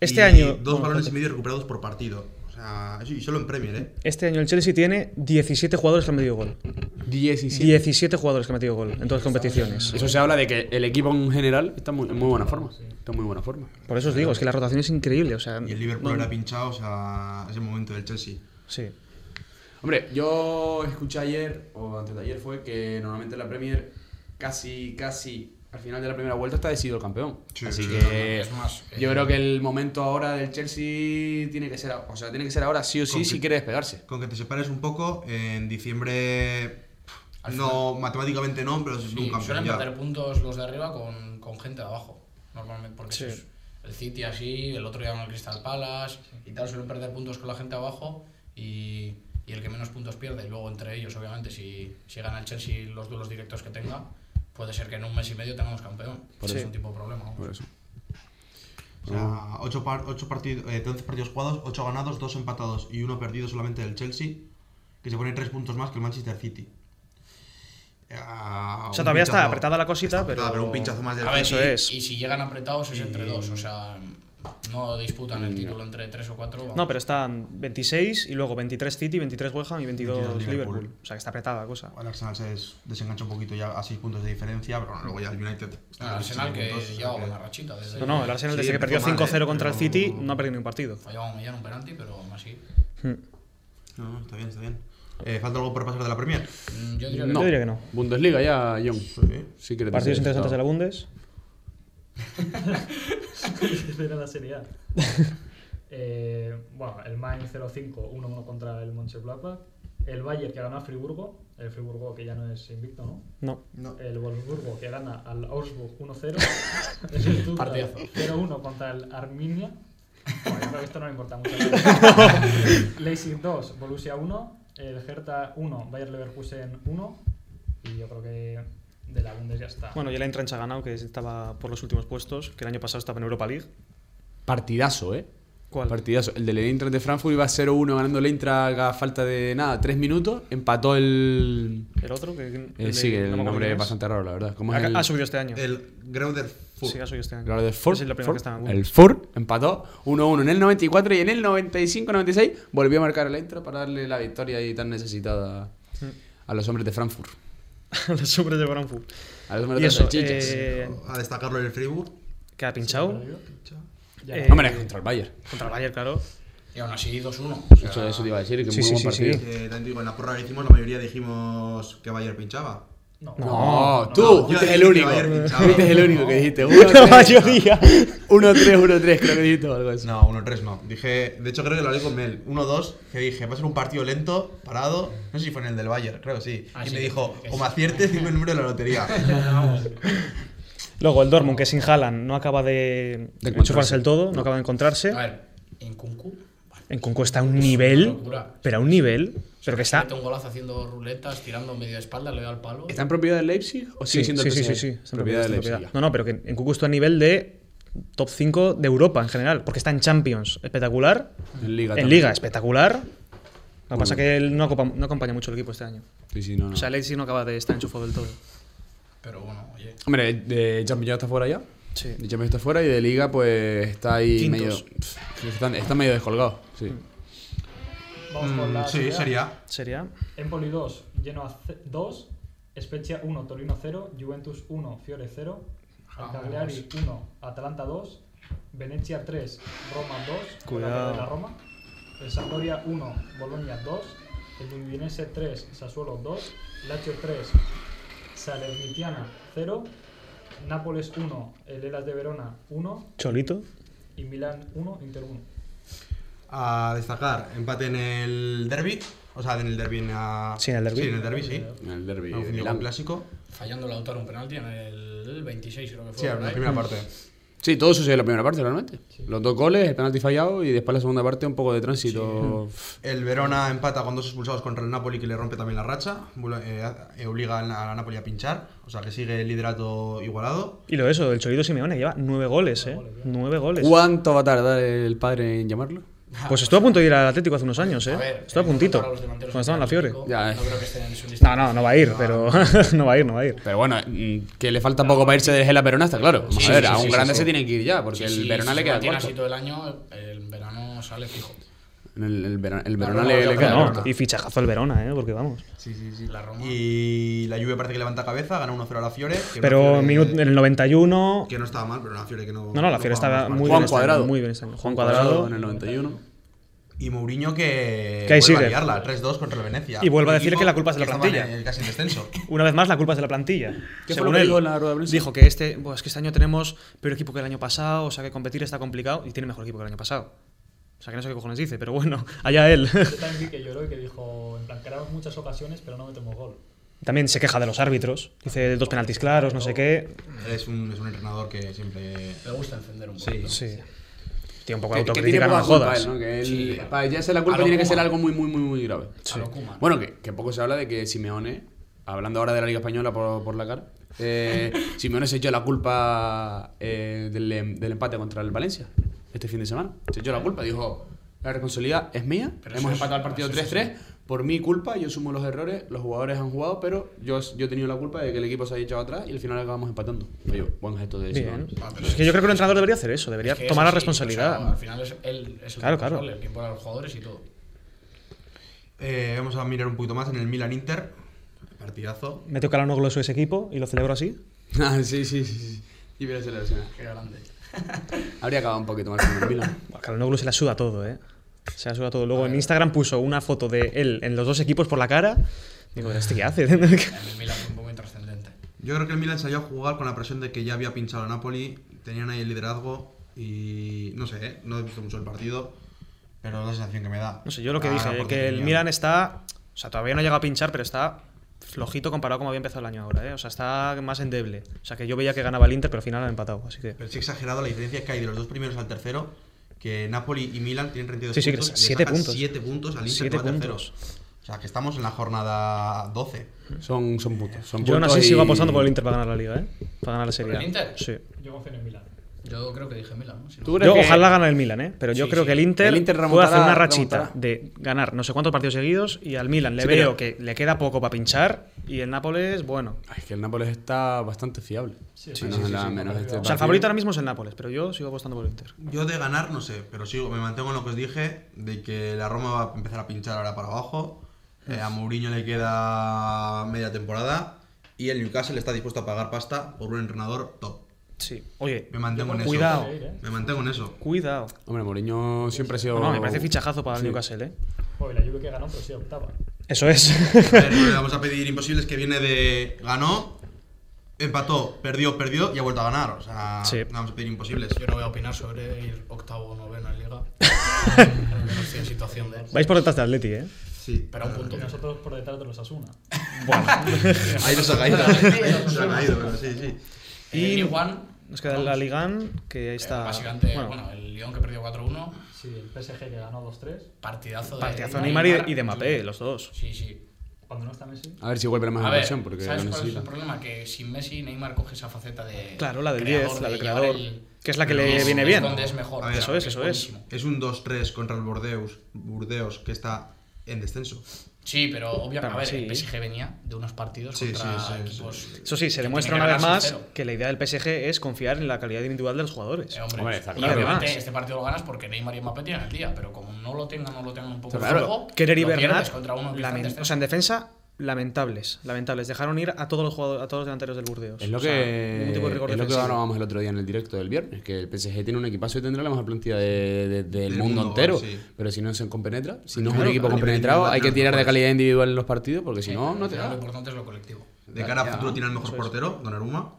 E: Este
A: Y
E: año.
A: Dos
E: bueno,
A: balones y
E: espérate.
A: medio recuperados por partido. O sea, eso y solo en Premier, ¿eh?
E: Este año el Chelsea tiene 17 jugadores que han metido gol.
B: 17.
E: 17 jugadores que han metido gol en todas las competiciones.
B: Eso se habla de que el equipo en general está muy, en muy buena forma. Está en muy buena forma.
E: Por eso os digo, es que la rotación es increíble. O sea,
A: Y el Liverpool era pinchado, o sea, ese momento del Chelsea.
E: Sí.
B: Hombre, yo escuché ayer, o antes de ayer fue, que normalmente la Premier casi, casi al final de la primera vuelta está decidido el campeón.
A: Sí,
B: Así
A: sí,
B: que
C: es más,
B: yo
C: eh,
B: creo que el momento ahora del Chelsea tiene que ser, a- o sea, tiene que ser ahora sí o sí
A: Con-
B: si quiere despegarse.
A: Con que te separes un poco, en diciembre.
C: Al
A: No, matemáticamente no, pero es
C: Sí,
A: un campeón
C: suelen
A: ya.
C: perder puntos los de arriba con, con gente de abajo. Normalmente, porque
E: Sí.
C: eso es el City así, el otro día con el Crystal Palace y tal, suelen perder puntos con la gente abajo y, y el que menos puntos pierde. Y luego, entre ellos, obviamente, si, si gana el Chelsea los duelos directos que tenga, puede ser que en un mes y medio tengamos campeón.
B: Por
C: es
B: eso.
C: un tipo de problema. vamos.
B: Por eso.
A: O sea, 8, partidos, 12 eh, partidos jugados, 8 ganados, 2 empatados y 1 perdido solamente del Chelsea, que se pone 3 puntos más que el Manchester City. Ah,
E: O
A: un
E: sea, todavía está
A: pinchazo.
E: apretada la cosita,
A: Está apretada,
E: pero.
A: un pinchazo más del
C: A ver,
A: City.
E: Eso
C: y,
E: es.
C: y si llegan apretados es entre dos, o sea, no disputan el título entre tres o cuatro.
E: No, pero están 26 y luego 23 City, 23 West Ham y 22,
A: 22
E: Liverpool.
A: Liverpool.
E: O sea, que está apretada la cosa.
A: El Arsenal se des- desengancha un poquito ya a 6 puntos de diferencia, pero bueno, luego ya el United. está
C: Ah,
A: con
C: Arsenal
A: 17
C: que
A: puntos, o sea
C: lleva
A: que-
C: buena rachita desde
E: No, no, el Arsenal
A: Sí,
E: desde que perdió
A: empezó mal,
E: 5-0
A: eh,
E: contra el
A: pero-
E: City no ha perdido ni un partido.
C: Fallaba un millón un penalti, pero aún así.
A: No, no, está bien, está bien. Eh, ¿Falta algo por pasar de la Premier? Pues
C: Mm, Yo diría que
E: Yo diría que no.
B: Bundesliga ya, John. Sí que le dices,
E: Partidos interesantes de la
B: no.
E: Bundes.
D: Espera la Serie A. Eh, bueno, el Main 05 1-1 contra el Mönchengladbach. El Bayern que ganó a Friburgo. El Friburgo que ya no es invicto, ¿no?
E: No.
A: No.
D: El Wolfsburgo que gana al Augsburg 1-0. El Stuttgart
C: Partidazo.
D: 0-1 contra el Arminia. Bueno, yo creo que esto no le importa mucho. Leipzig 2, Borussia 1. El Hertha 1, Bayer Leverkusen 1. Y yo creo que de la Bundes ya está.
E: Bueno, y el Eintracht ha ganado, que estaba por los últimos puestos, que el año pasado estaba en Europa League.
B: Partidazo, ¿eh?
E: ¿Cuál?
B: Partidazo. El del Eintracht de Frankfurt iba 0-1 ganando el Eintracht a falta de nada, 3 minutos. Empató el.
E: ¿El otro? Que, el
B: eh,
E: de-
B: sí, que
E: no me
B: el
E: acuerdo
B: nombre
E: quién
B: es
E: es.
B: bastante raro, la verdad. ¿Cómo
E: Ha,
B: es el,
E: ha subido este año.
A: El Greuder Furt.
E: Sí, ha subido este año.
B: Claro, de Ford,
E: Es la primera
B: Ford,
E: que está en Google.
B: el Ford empató 1-1 en el 94 y en el 95-96 volvió a marcar el intro para darle la victoria ahí tan necesitada
E: Mm.
B: a los hombres de Frankfurt.
E: Los sobres de Frankfurt.
B: A los hombres
E: Y
B: de
E: eso,
B: las salchichas.
E: eh,
A: A destacarlo el Friburg.
E: que ha pinchado
D: Ya
E: eh,
B: no me contra el Bayern.
E: contra el Bayern, claro.
C: Y aún así 2-1. O
E: Pues
C: sea,
B: Eso, eso te iba a decir, que
E: Sí,
B: muy
E: sí,
B: buen
E: sí,
B: partido.
E: sí.
A: Eh, también digo, en la porra que hicimos, la mayoría dijimos que Bayern pinchaba.
D: No.
B: No,
D: No,
B: tú,
A: no, yo
B: fuiste
A: dije
B: el
A: que
B: único.
A: Bayern pinchaba.
B: Fuiste el único que dijiste.
E: La
B: 1-3,
E: mayoría.
B: 1-3, creo que dijiste o algo así.
A: No, 1-3 no. Dije, de hecho creo que lo hablé con Mel. 1-2, que dije, va a ser un partido lento, parado. No sé si fue en el del Bayern, creo que sí.
C: Ah,
A: y
C: sí,
A: me dijo,
C: que
A: o
C: sí.
A: me aciertes, dime el número de la lotería.
C: vamos,
E: Luego el Dortmund, que sin Haaland no acaba de,
B: encontrarse.
E: enchufarse el todo, no acaba de encontrarse.
C: A ver, en Kunku.
E: En Kunku está a un nivel,
C: locura.
E: pero a un nivel, pero que está...
C: Mete un golazo haciendo ruletas, tirando medio de espalda, le da al palo.
B: ¿Está en propiedad del Leipzig o sigue
E: Sí, sí,
B: siendo
E: sí,
B: el
E: sí,
B: PSG?
E: sí, está en
B: Propiedad del
E: propiedad, está en
B: Leipzig.
E: propiedad. No, no, pero que en Kunku está a nivel de top 5 de Europa en general, porque está en Champions, espectacular.
B: ya. En Liga.
E: En
B: también.
E: Liga, espectacular. Lo que pasa es que él no, acopa- no acompaña mucho el equipo este año.
B: Sí, sí, no, no.
E: O sea, Leipzig no acaba de estar enchufado del todo.
C: Pero bueno, oye.
B: Hombre, eh, de Champions está fuera ya.
E: Sí.
B: De Champions está fuera y de Liga, pues está ahí
E: Quintos.
B: medio. Pff, Están, están medio descolgados. Sí.
D: Vamos con
A: Mm,
D: la
A: sí,
D: Serie A.
A: sería.
E: Sería...
D: Empoli 2, Genoa 2, Spezia 1, Torino 0, Juventus 1, Fiore 0, Cagliari 1, Atalanta 2, Venecia 3, Roma 2,
E: Cuidado.
D: de la Roma, el Sampdoria 1, Bologna 2, el Udinese 3, Sassuolo 2, Lazio 3, Salernitana 0, Nápoles 1, el Elas de Verona 1
E: Cholito.
D: y Milán 1, Inter 1.
A: A destacar, empate en el derby. O sea, en el derby en la...
E: Sí, en el derbi.
A: Sí, en el derby, sí.
B: En el derby.
A: No,
B: de
A: fue
B: Milán.
A: un clásico.
C: Fallando Lautaro un penalti en el 26, creo que fue.
A: Sí, en
C: por
A: la
C: ahí.
A: primera parte.
B: Sí, todo sucedió en la primera parte, realmente. Los dos goles, el penalti fallado y después la segunda parte un poco de tránsito. Pff,
A: El Verona empata con dos expulsados contra el Napoli que le rompe también la racha. Bula- eh, eh, obliga al- a la Napoli a pinchar. O sea, que sigue el liderato igualado.
E: Y lo de eso, el Cholito Simeone lleva nueve goles, ¿eh? Nueve goles.
B: ¿Cuánto va a tardar el padre en llamarlo?
E: Pues estuvo a punto de ir al Atlético hace unos años,
C: A
E: ¿eh?
C: ver,
E: Estuvo a
C: teniendo
E: puntito.
C: para los
E: Cuando
C: delanteros
E: estaba en la Fiore.
C: Atlético,
B: Ya, eh.
C: No creo que esté en su lista.
E: No, no, no va a ir, pero. no va a ir, no va a ir.
B: Pero bueno, mm, que le falta poco para irse de Gela Verona, está claro. Vamos
C: Sí,
B: a ver,
C: sí,
B: a
C: sí,
B: un
C: sí,
B: grande
C: sí.
B: se tiene que ir ya, porque
C: Sí,
B: el
C: sí,
B: Verona
C: si
B: le
C: se
B: queda
C: mantiene
B: cuarto.
C: así todo el año, el verano sale fijo.
B: El, el Verona, el Verona
C: no,
B: le,
C: yo
B: le
C: creo
B: queda
C: que no.
B: corto.
E: Y fichajazo el Verona, ¿eh? Porque vamos.
A: Sí, sí, sí.
C: La Roma.
A: Y la Juve parece que levanta cabeza, gana 1-0 a la Fiore. que
E: Pero
A: una
E: en
A: Fiore
E: minu- en el 91.
A: Que no estaba mal, pero la Fiore que no.
E: No, no, la
A: jugaba
E: Fiore estaba
A: más mal.
E: muy
B: Juan
E: bien. este año,
B: Cuadrado.
E: Muy bien este año. Juan Cuadrado.
B: en el 91.
A: Y Mourinho que.
E: Que ahí
A: vuelve
E: sigue.
A: a liarla, 3-2 contra el Venecia.
E: Y vuelve a
A: Un
E: decir
A: equipo
E: que la culpa es de la
A: que está
E: plantilla.
A: mal en el- casi en descenso.
E: Una vez más, la culpa es de la plantilla.
B: ¿Qué fue
E: Según
B: lo que
E: él,
B: dijo en la rueda de prensa?
E: Dijo que este, "Buah, es que este año tenemos peor equipo que el año pasado, o sea que competir está complicado y tiene mejor equipo que el año pasado. O sea que no sé qué cojones dice, pero bueno, allá él.
D: Yo también vi que lloró y que dijo, en plan, creamos muchas ocasiones pero no metemos gol.
E: También se queja de los árbitros. Dice dos penaltis claros, no sé qué.
A: Es un, es un entrenador que siempre.
C: Me gusta encender un
A: Sí.
C: poquito.
E: Sí. Tiene un poco de
B: Que, que
E: Pues
B: tiene
E: autocrítica, no
B: poca
E: me
B: culpa
E: jodas.
B: él, ¿no? Que él-
C: Sí, claro.
B: Para ya ser la culpa
C: A lo
B: tiene que ser
C: Koeman.
B: algo muy, muy, muy, muy grave.
C: A lo Koeman.
B: Bueno, que, que poco se habla de que Simeone, hablando ahora de la Liga Española por, por la cara, eh, Simeone se echó la culpa eh, del, em- del empate contra el Valencia este fin de semana. Se echó la culpa, dijo, la responsabilidad es mía,
C: Pero
B: hemos
C: eso es-
B: empatado el partido
C: eso es
B: 3-3, por mi culpa, yo sumo los errores, los jugadores han jugado, pero yo, yo he tenido la culpa de que el equipo se haya echado atrás y al final acabamos empatando. Oye, buen gesto de
E: Bien.
B: Simeone.
E: Pues es que yo creo que el entrenador debería hacer eso, debería
C: Es que es
E: tomar la
C: así, o sea,
E: responsabilidad.
C: al final es él es el
E: Claro,
C: responsable,
E: claro.
C: el que impone a los jugadores y todo.
A: Eh, vamos a mirar un poquito más en el Milan Inter. Partidazo.
E: Metió Calhanoglu a su ese equipo y lo celebro así.
B: Ah, sí, sí, sí. sí. Y mira, se le lesiona.
C: Qué grande.
B: Habría acabado un poquito más con el Milan.
E: Buah, Calhanoglu se la suda todo, ¿eh? Se la suda todo. Luego en Instagram puso una foto de él en los dos equipos por la cara. Digo, ¿este qué hace?
C: En el Milan fue un poco intrascendente.
A: Yo creo que el Milan salió a jugar con la presión de que ya había pinchado a Napoli. Tenían ahí el liderazgo. Y. No sé, ¿eh? no he visto mucho el partido. Pero es la sensación que me da.
E: No sé, yo lo que
A: Ah,
E: dije, eh,
A: porque
E: que el
A: tenían-
E: Milan está. O sea, todavía no ha llegado a pinchar, pero está flojito comparado como había empezado el año ahora, ¿eh? O sea, está más endeble. O sea, que yo veía que ganaba el Inter, pero al final han empatado, así que.
A: Pero sí exagerado la diferencia que hay de los dos primeros al tercero. Que Napoli y Milan tienen 32
E: Sí, sí, que
A: puntos. y le
E: siete
A: sacan
E: puntos.
A: siete puntos al Inter
E: Siete
A: que va tercero.
E: puntos.
A: O sea, que estamos en la jornada 12.
B: Son, son putos. Son
E: Yo aún
B: putos
E: así
B: y-
E: sigo apostando por el Inter para ganar la liga, ¿eh? Para ganar la serie.
C: el
E: A.
C: Inter?
E: Sí.
D: Yo confío en el Milán.
C: Yo creo que dije Milan. ¿no? Si no-
B: ¿Tú crees
E: Yo,
B: que-
E: ojalá gane el Milan, ¿eh? Pero yo
C: Sí,
E: creo
C: sí.
E: que el Inter,
B: El Inter
E: puede hacer una
B: remontará,
E: rachita
B: remontará.
E: de ganar no sé cuántos partidos seguidos y al Milan le
B: Sí,
E: veo
B: pero-
E: que le queda poco para pinchar y el Nápoles, bueno.
B: Ay, es que el Nápoles está bastante fiable.
D: Sí,
B: menos
D: sí, sí,
B: la-
D: sí, sí,
B: menos
D: sí,
B: este
D: sí.
E: O sea, el
B: partido.
E: favorito ahora mismo es el Nápoles, pero yo sigo apostando por el Inter.
A: Yo de ganar no sé, pero sigo, me mantengo en lo que os dije, de que la Roma va a empezar a pinchar ahora para abajo, eh, a Mourinho le queda media temporada y el Newcastle está dispuesto a pagar pasta por un entrenador top.
E: Sí. Oye,
A: Me mantengo en eso.
E: Cuidado.
A: Me mantengo en eso.
E: cuidado.
B: Hombre, Mourinho siempre ha sido.
E: No, no, me parece fichajazo para el Newcastle, ¿eh?
D: Joder, Pues la Juve que ganó, pero sí octava.
E: Eso es.
A: A ver, no le vamos a pedir imposibles que viene de. Ganó, empató, perdió, perdió y ha vuelto a ganar. O sea,
E: Sí.
A: no vamos a pedir imposibles.
C: Yo no voy a opinar sobre ir octavo o noveno en Liga. Al menos estoy en situación de.
E: Vais por detrás de Atleti, ¿eh?
A: Sí.
C: Pero a un punto.
D: Y nosotros por detrás de los Asuna.
A: Ahí nos ha caído. Ahí nos ha caído, pero sí, sí.
E: Y-
C: Y Juan,
E: Nos queda la Ligan, que ahí está.
C: básicamente, bueno.
E: bueno,
C: el Lyon que perdió 4-1,
D: Sí, el PSG que ganó 2-3.
C: partidazo de.
E: partidazo de Neymar y de, y de Mbappé, los dos.
C: Sí, sí.
D: Cuando no está Messi.
B: A ver si vuelve la más
C: A ver,
B: inversión, porque
C: ¿sabes
B: lo
C: cuál es el
B: necesita.
C: problema? Que sin Messi, Neymar coge esa faceta de.
E: Claro, la del
C: creador,
E: 10, la del
C: llevar
E: creador,
C: el-
E: que es la que le
C: es-
E: viene
C: es
E: bien.
C: donde es mejor.
A: A ver,
C: o sea,
E: eso es,
C: que
E: eso es.
C: buenísimo.
A: Es un 2-3 contra el Bordeus, Burdeos, que está en descenso.
C: Sí, pero obviamente.
E: Pero
C: A ver,
E: sí.
C: el PSG venía de unos partidos
A: Sí,
C: contra
A: sí, sí,
C: equipos.
A: sí.
E: Eso sí, se
C: que
E: demuestra
C: tiene
E: una
C: que
E: vez
C: ganar
E: más
C: 6-0.
E: que la idea del PSG es confiar en la calidad individual de los jugadores.
C: Eh, hombre,
B: Hombre, está
C: y
B: claro.
C: obviamente
E: Además.
C: este partido lo ganas porque Neymar y Mbappé tienen el día, pero como no lo tengan, no lo tengan un poco
B: Está
C: de
B: claro.
C: juego,
E: Querer y
C: lo
E: Bernat,
C: pierdes contra uno que está en
E: lamen- o
C: descenso.
E: sea, en defensa, lamentables, lamentables. Dejaron ir a todos los jugadores, a todos los delanteros del Burdeos.
B: Es lo
E: O sea,
B: que,
E: ningún tipo de rigor
B: es lo que
E: defensivo.
B: hablábamos el otro día en el directo del viernes, que el PSG tiene un equipazo y tendrá la mejor plantilla de- de- del
A: Del
B: mundo,
A: mundo,
B: entero.
A: sí.
B: Pero si no se compenetra, si no es
A: Claro,
B: un equipo
A: a nivel
B: compenetrado, hay que
A: individual,
B: tirar de
A: mejores.
B: calidad individual en los partidos, porque si no, no te
C: Lo
B: da.
C: importante es lo colectivo.
A: De cara a
B: Ya,
A: futuro tiene el mejor
E: eso es.
A: portero, Donnarumma.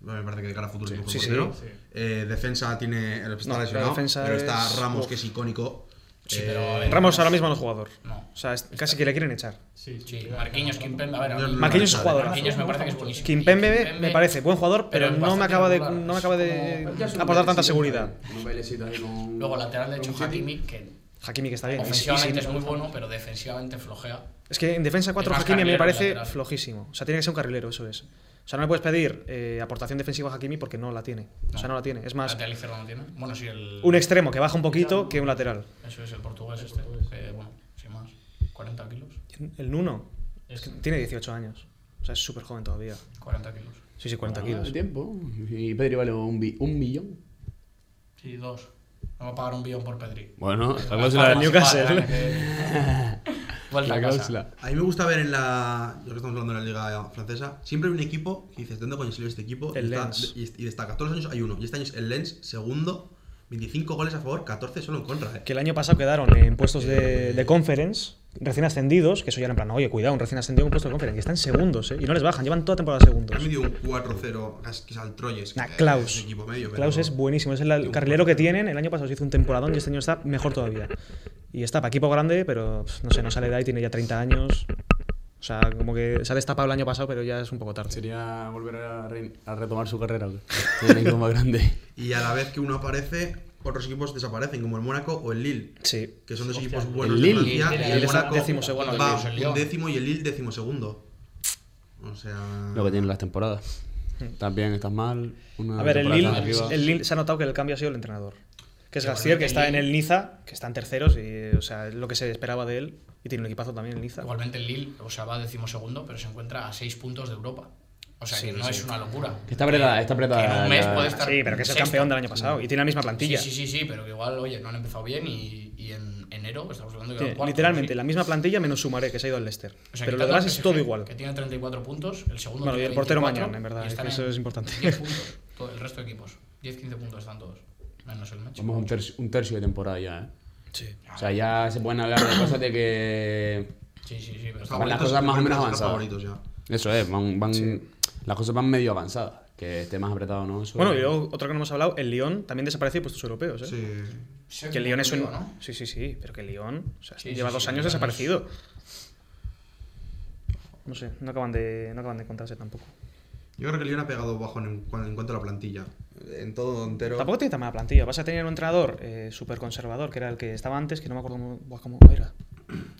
A: Me parece que de cara a futuro es el mejor
E: Sí, sí.
A: portero. Eh, defensa tiene. El
E: No,
A: está
E: la
A: lesionado,
E: defensa
A: pero está
E: es-
A: Ramos,
E: Uf.
A: que es icónico.
C: Sí,
A: Eh,
C: pero a ver,
E: Ramos ahora mismo no es jugador.
C: No.
E: O sea, es- casi que le quieren echar.
D: Sí,
C: Sí, Marquinhos, Kimpembe, a ver, a mí-
A: Yo no-
E: Marquinhos es
A: Marquinhos
E: jugador.
C: Marquinhos me parece que es buenísimo.
E: Kimpembe
C: Kimpembe-
E: me parece buen jugador,
C: pero
E: pero,
C: es
E: no me
C: bastante
E: acaba de,
C: irregular.
E: no me acaba de aportar tanta seguridad.
C: Luego lateral derecho Hakimi, que
E: Hakimi que está bien. Eh, es
C: ofensivamente es
E: easy.
C: muy bueno, pero defensivamente flojea.
E: Es que en defensa 4
C: más
E: Hakimi a mí
C: carrilero
E: me parece
C: lateral.
E: flojísimo. O sea, tiene que ser un carrilero, eso es. O sea, no le puedes pedir eh, aportación defensiva a Hakimi porque no la tiene. O sea,
C: No.
E: no la tiene. Es más,
C: Lateral izquierdo no tiene. Bueno, sí, el.
E: un extremo que baja un poquito que un lateral.
C: Eso es el portugués este. que, bueno, sin más. 40 kilos.
E: El Nuno es que tiene 18 años. O sea, es súper joven todavía.
C: 40 kilos.
E: Sí, sí, 40 kilos.
B: Ah, tiempo. Y Pedri vale un, bi- un millón.
C: Sí, dos. No va a pagar un billón por Pedri.
B: Bueno, la
C: Para
B: cláusula del
C: Newcastle.
B: Newcastle.
C: Vuelta
B: La
C: a casa.
B: cláusula.
A: A mí me gusta ver en la. Ya que estamos hablando de la liga francesa, siempre hay un equipo que dices, ¿de dónde coño salió este equipo?
E: El
A: y, está-
E: Lens.
A: y- y destaca. Todos los años hay uno. Y este año es el Lens, segundo, 25 goles a favor, 14 solo en contra. eh.
E: Que el año pasado quedaron en puestos de, de conference, recién ascendidos, que eso ya era en plan, oye, cuidado, un recién ascendido en un puesto de conference, que están segundos, ¿eh? Y no les bajan, llevan toda temporada
A: Ha
E: segundos.
A: medio un 4-0 casi que es al Troyes.
E: Nah,
A: que
E: Klaus.
A: es un equipo medio,
E: Klaus
A: pero-
E: es buenísimo, es el al- carrilero que tienen, el año pasado se hizo un temporadón y este año está mejor todavía. Y está para equipo grande, pero pff, no sé, no sale de ahí, tiene ya 30 años. O sea, como que se ha destapado el año pasado, pero ya es un poco tarde.
B: Sería volver a, rein- a retomar su carrera. ¿o qué? Con un equipo más grande.
A: Y a la vez que uno aparece, otros equipos desaparecen, como el Mónaco o el Lille,
E: Sí.
A: que son dos
D: Hostia,
A: equipos
D: el
A: buenos
B: Lille.
A: de Francia.
E: Lille
A: y
E: está
A: el Mónaco
E: décimo segundo, el
A: va
C: Lille es el
A: un
C: Lyon.
A: décimo y el Lille décimo segundo. O sea.
B: Lo que tienen las temporadas. También estás mal. Una
E: A ver, el Lille,
B: temporada estás arriba.
E: el Lille se ha notado que el cambio ha sido el entrenador. Que es
C: Sí,
E: Gastier,
C: bueno,
E: que
C: el
E: está en
C: Lille-
E: el Niza, que está en terceros, y, o sea, es lo que se esperaba de él. Y tiene un equipazo también el Niza.
C: Igualmente el Lille, o sea, va decimosegundo, pero se encuentra a 6 puntos de Europa. O sea,
E: Sí,
C: que no
E: sí.
C: es una locura.
B: Que está apretada, está apretada.
C: Que en un mes
B: la-
C: puede estar-
E: Sí, pero que es el
C: Sexto.
E: campeón del año pasado. Y tiene la misma
C: Sí,
E: plantilla.
C: sí, sí, sí, pero que igual, oye, no han empezado bien y, y en enero estamos hablando que
E: Tiene
C: van cuartos,
E: literalmente
C: sí.
E: la misma plantilla menos Sumaré, que se ha ido al Leicester.
C: O sea,
E: pero lo
C: quitando
E: demás
C: al
E: es
C: PSG,
E: todo igual.
C: Que tiene 34 puntos, el segundo
E: Bueno, y
C: tiene
E: el portero
C: 24,
E: mañana, en verdad,
C: y están
E: eso
C: en
E: es importante.
C: 10 puntos, todo el resto de equipos. 10-15 puntos están todos, menos el match.
B: Vamos a un tercio, un tercio de temporada ya, ¿eh?
E: Sí.
B: O sea, ya se pueden hablar de cosas de que.
C: Sí, sí, sí, pero está
B: Van
A: favoritos,
B: las cosas más o menos
A: están
B: avanzadas.
A: favoritos ya.
B: Eso es, van, van, las cosas van medio avanzadas. Que esté más apretado, ¿no? Eso-
E: Bueno, y luego otro que no hemos hablado, el Lyon también desapareció de puestos europeos. ¿eh?
A: Sí.
C: Sí,
E: Que el Lyon es un.
C: digo, ¿no?
E: Sí, sí, sí, pero que el Lyon o sea,
C: Sí,
E: lleva
C: sí,
E: dos
C: sí,
E: años
C: el Lyon es-
E: desaparecido. No sé, no acaban de, no acaban de encontrarse tampoco.
A: Yo creo que Lyon ha pegado bajo en, cuando- en cuanto a la plantilla. En todo entero.
E: Tampoco tiene tan mala plantilla. Vas a tener un entrenador súper conservador, que era el que estaba antes, que no me acuerdo cómo, buah, cómo era.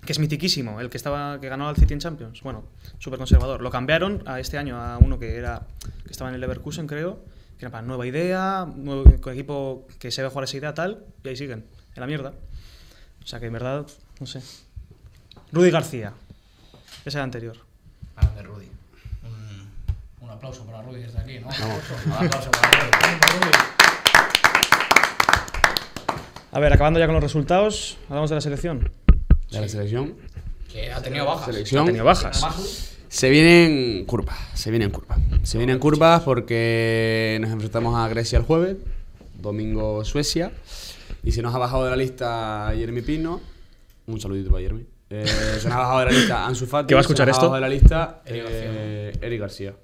E: Que es mitiquísimo, el que estaba que ganó al City en Champions. Bueno, súper conservador. Lo cambiaron a este año a uno que era que estaba en el Leverkusen, creo. Que era para nueva idea, nuevo equipo que se ve jugar esa idea, tal. Y ahí siguen, en la mierda. O sea que en verdad, no sé. Rudy García. Ese era anterior.
C: Grande Rudy. Un, un aplauso para Rudy desde aquí, ¿no?
B: Vamos.
C: Un aplauso para Rudy.
E: A ver, acabando ya con los resultados, hablamos de la selección.
B: De la selección.
C: Que ha tenido bajas.
B: Selección.
E: Ha tenido Ah, bajas.
C: Bajas.
B: Se vienen curvas, se vienen curvas. Se vienen curvas porque nos enfrentamos a Grecia el jueves, domingo Suecia, y se nos ha bajado de la lista Jeremy Pino. Un saludito para Jeremy. Eh, se nos ha bajado de la lista Ansu Fati.
E: ¿Que va a escuchar
B: se nos
E: esto?
B: Ha bajado de la lista
C: Eric
B: eh, Eric García.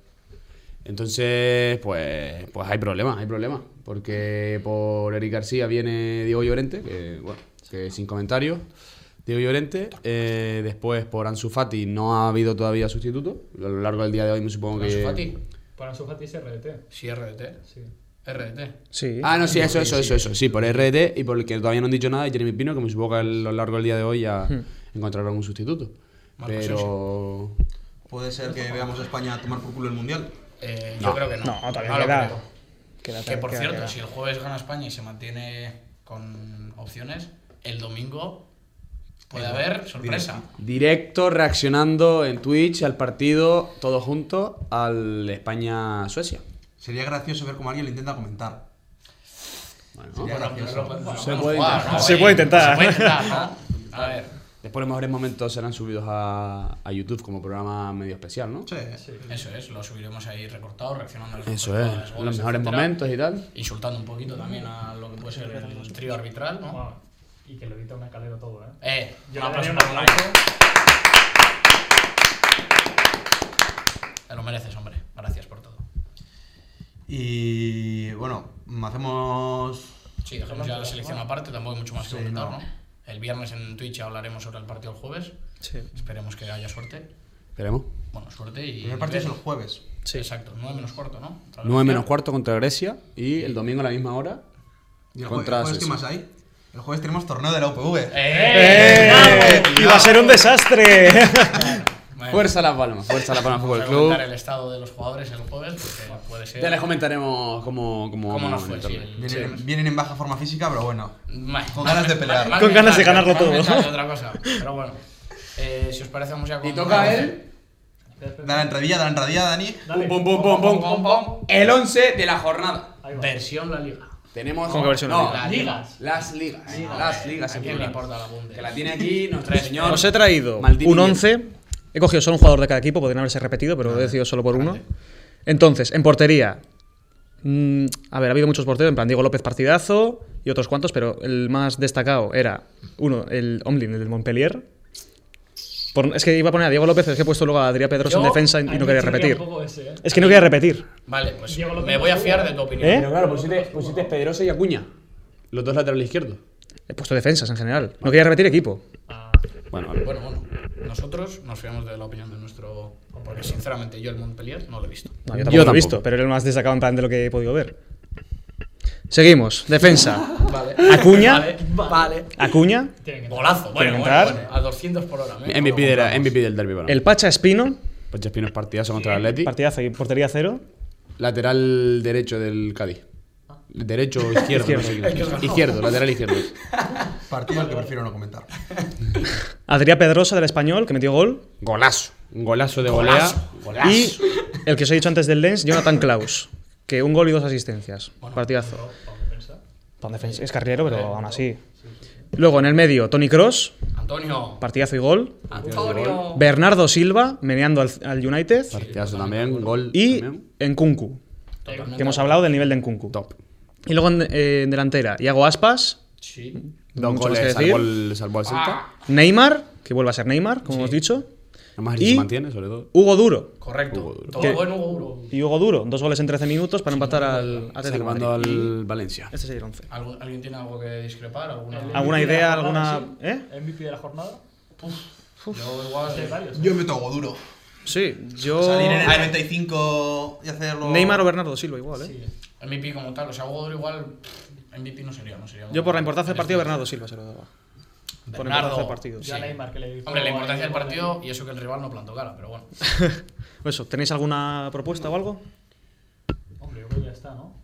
B: Entonces, pues, pues hay problemas, hay problemas. Porque por Eric García viene Diego Llorente, que, bueno, que sin comentarios. Diego Llorente. eh, después por Ansu Fati no ha habido todavía sustituto. A lo largo del día de hoy me supongo que.
C: Ansu Fati?
D: Para su Fati es RDT.
C: Sí, RDT.
D: Sí.
C: RDT.
E: Sí.
B: Ah, no, sí, eso, eso, eso, eso. Sí, por RT y por el que todavía no han dicho nada, y Jeremy Pino, que me supongo que a lo largo del día de hoy ya encontrarán un sustituto.
C: Marcos
B: Pero.
A: Puede ser que veamos a España tomar por culo el mundial.
C: Eh, Yo creo que no.
E: No, todavía
C: lo
E: queda.
C: creo.
E: Queda-
C: Que por
E: queda-
C: cierto,
E: queda.
C: si el jueves gana España y se mantiene con opciones, el domingo
B: Eh,
C: puede haber sorpresa.
B: Directo reaccionando en Twitch al partido, todos juntos, al España-Suecia.
A: Sería gracioso ver cómo alguien lo intenta comentar.
B: Bueno,
A: Sería
C: Bueno,
A: gracioso.
C: pero- bueno,
B: Se
C: vamos
B: puede
C: a jugar,
B: intentar.
C: ¿no?
E: Se
C: Ahí,
E: puede intentar.
C: Se puede intentar, ¿no? A ver.
B: Después los mejores momentos serán subidos a, a YouTube como programa medio especial, ¿no?
A: Sí, eh.
D: Sí.
C: Eso es, lo subiremos ahí recortado, reaccionando a los
B: Eso
C: mejores
B: es,
C: jugadores, goles,
B: los mejores
C: etcétera.
B: momentos y tal.
C: Insultando un poquito también a lo que puede ser el trío arbitral, ¿no?
D: Wow. Y que lo edita una calero todo, ¿eh?
C: Eh, un
D: Yo le daría
C: aplauso
D: un
C: para Blanco.
D: aplauso.
C: Te lo mereces, hombre. Gracias por todo.
A: Y bueno, hacemos.
C: Sí, dejemos ya la selección aparte, tampoco hay mucho más que
A: Sí, no.
C: comentar, ¿no? El viernes en Twitch hablaremos sobre el partido el jueves.
E: Sí.
C: Esperemos que haya suerte.
B: Esperemos.
C: Bueno, suerte y.
A: El primer partido es el
C: nivel.
A: jueves.
E: Sí.
C: Exacto, 9 menos cuarto, ¿no? Contra
B: 9 menos
C: Grecia.
B: cuarto contra Grecia y el domingo a la misma hora.
A: ¿Y el
B: Contra
A: jueves qué
B: Suecia.
A: más hay? El jueves tenemos torneo de la UPV.
C: ¡Eh!
E: ¡Eh! ¡Iba a ser un desastre!
C: Bueno,
B: Fuerza pues, Las Palmas, Fuerza Las Palmas
C: Vamos
B: Fútbol
C: a comentar
B: Club.
C: el estado de los jugadores el jueves, porque puede ser.
B: Ya les comentaremos cómo, cómo,
C: ¿Cómo nos
B: vamos a
C: fue?
B: meterle.
C: sí, el-
A: Vienen, vienen en baja forma física, pero bueno.
C: Bueno,
A: Con ganas de pelear.
C: más
E: Con
C: mental,
E: ganas de ganarlo
C: más
E: todo.
C: mental que otra cosa. Pero bueno, eh, si os parece, vamos ya con.
B: Y toca él
A: Da la entradilla, da la entradilla, Dani.
D: Dale.
B: Pum, pum, pum, pum, pum, pum. El 11 de la jornada.
D: Ahí va.
C: Versión La Liga.
B: Tenemos
E: ¿Cómo que versión
B: no,
E: la
C: Las ligas.
B: las ligas. Las ligas
C: eh, ¿A
B: en
C: quién le
B: plural.
C: importa la Bundes?
B: Que la tiene aquí nuestro
C: Tres.
B: señor.
E: Os he traído
B: Maldini
E: un
B: Bien.
E: 11. He cogido solo un jugador de cada equipo, podrían haberse repetido, pero he decidido solo por uno. Entonces, en portería. mm, a ver, ha habido muchos porteros, en plan Diego López Partidazo y otros cuantos, pero el más destacado era uno, el Omlin, el del Montpellier. Por- es que iba a poner a Diego López, es que he puesto luego a Adrián Pedros en
C: Yo-
E: defensa y
D: Ahí
E: no
D: me
E: quería
D: chirría
E: repetir.
D: un poco ese, ¿eh?
E: Es que no quería repetir.
C: Vale, pues
D: Diego López
C: me voy a fiar de tu opinión.
E: ¿Eh?
B: Pero claro, pusiste, pusiste Pedrosa y Acuña. Los dos laterales izquierdos.
E: He puesto defensas en general. No quería repetir equipo.
D: Ah,
B: Bueno,
C: Bueno, bueno, nosotros nos fiamos de la opinión de nuestro. Porque sinceramente yo el Montpellier no lo he visto.
E: No, yo
B: Yo
E: tampoco lo
B: tampoco.
E: he visto, pero era el más destacado en plan de lo que he podido ver. Seguimos. Defensa.
C: Vale.
E: Acuña.
C: Vale. vale.
E: Acuña.
D: tiene que
C: Golazo. Bueno, bueno,
E: entrar?
C: bueno, a 200 por hora. ¿eh?
B: MVP,
C: Lo
B: de la-
C: compramos.
B: MVP del derby para mí.
E: El Pacha Espino.
B: Pacha Espino es partidazo contra el Atleti.
E: Partidazo y portería cero.
B: Lateral derecho del Cádiz. Derecho o izquierdo. no sé quién es. izquierdo, lateral izquierdo.
A: Partido al que prefiero no comentar.
E: Adrián Pedrosa del Español, que metió gol.
B: Golazo. Un golazo de golea.
C: Golazo, golazo.
E: Y el que os he dicho antes del Lens, Jonathan Klaus. Que un gol y dos asistencias.
C: Bueno,
E: Partidazo. Pa' un defensa. Es carrilero, pero aún así.
D: Sí, sí.
E: Luego en el medio, Tony Cross.
C: Antonio.
E: Partidazo y gol.
C: Antonio.
E: Bernardo Silva, meneando al, al United.
B: Partidazo también, gol
E: Y
B: también.
E: Nkunku.
C: Totalmente
E: Que hemos hablado del nivel de Nkunku.
B: Top.
E: Y luego en, eh, en delantera, Iago Aspas.
C: Sí.
B: Dos
E: mucho más que
B: goles
E: decir.
B: salvó,
E: Ah.
B: el- salvó al Celta.
E: Neymar, que vuelve a ser Neymar, como hemos dicho.
B: Además,
E: Y-
B: se mantiene, sobre todo.
E: Hugo Duro.
C: Correcto.
B: Hugo Duro.
C: Todo
E: ¿Qué?
C: bueno, Hugo Duro.
E: Y Hugo Duro, dos goles en 13 minutos para empatar al Atlético de
B: Salvando
E: Madrid.
B: al Valencia.
E: Este sería el 11.
C: ¿Algu- ¿Alguien tiene algo que discrepar? ¿Alguna?
D: El
E: ¿Alguna
D: MVP de la
E: idea,
D: jornada,
E: alguna-
D: sí.
E: eh?
D: MVP de la jornada.
C: Yo igual.
D: Hay varios. ¿eh?
A: Yo meto a duro.
E: Sí, yo.
A: Salir en el 95 y hacerlo.
E: Neymar o Bernardo Silva, igual, ¿eh?
D: Sí.
C: MVP como tal. O sea, Hugo Duro igual. pff, MVP no sería, no sería.
E: Yo por la importancia del partido, Bernardo Silva se lo daba. Por la importancia
C: Bernardo.
E: del partido.
D: Yo a
C: Sí.
D: Neymar que le
C: Hombre, la importancia del partido y eso que el rival no plantó cara, pero bueno.
E: Eso, ¿tenéis alguna propuesta o algo?
D: Hombre, yo creo que ya está, ¿no?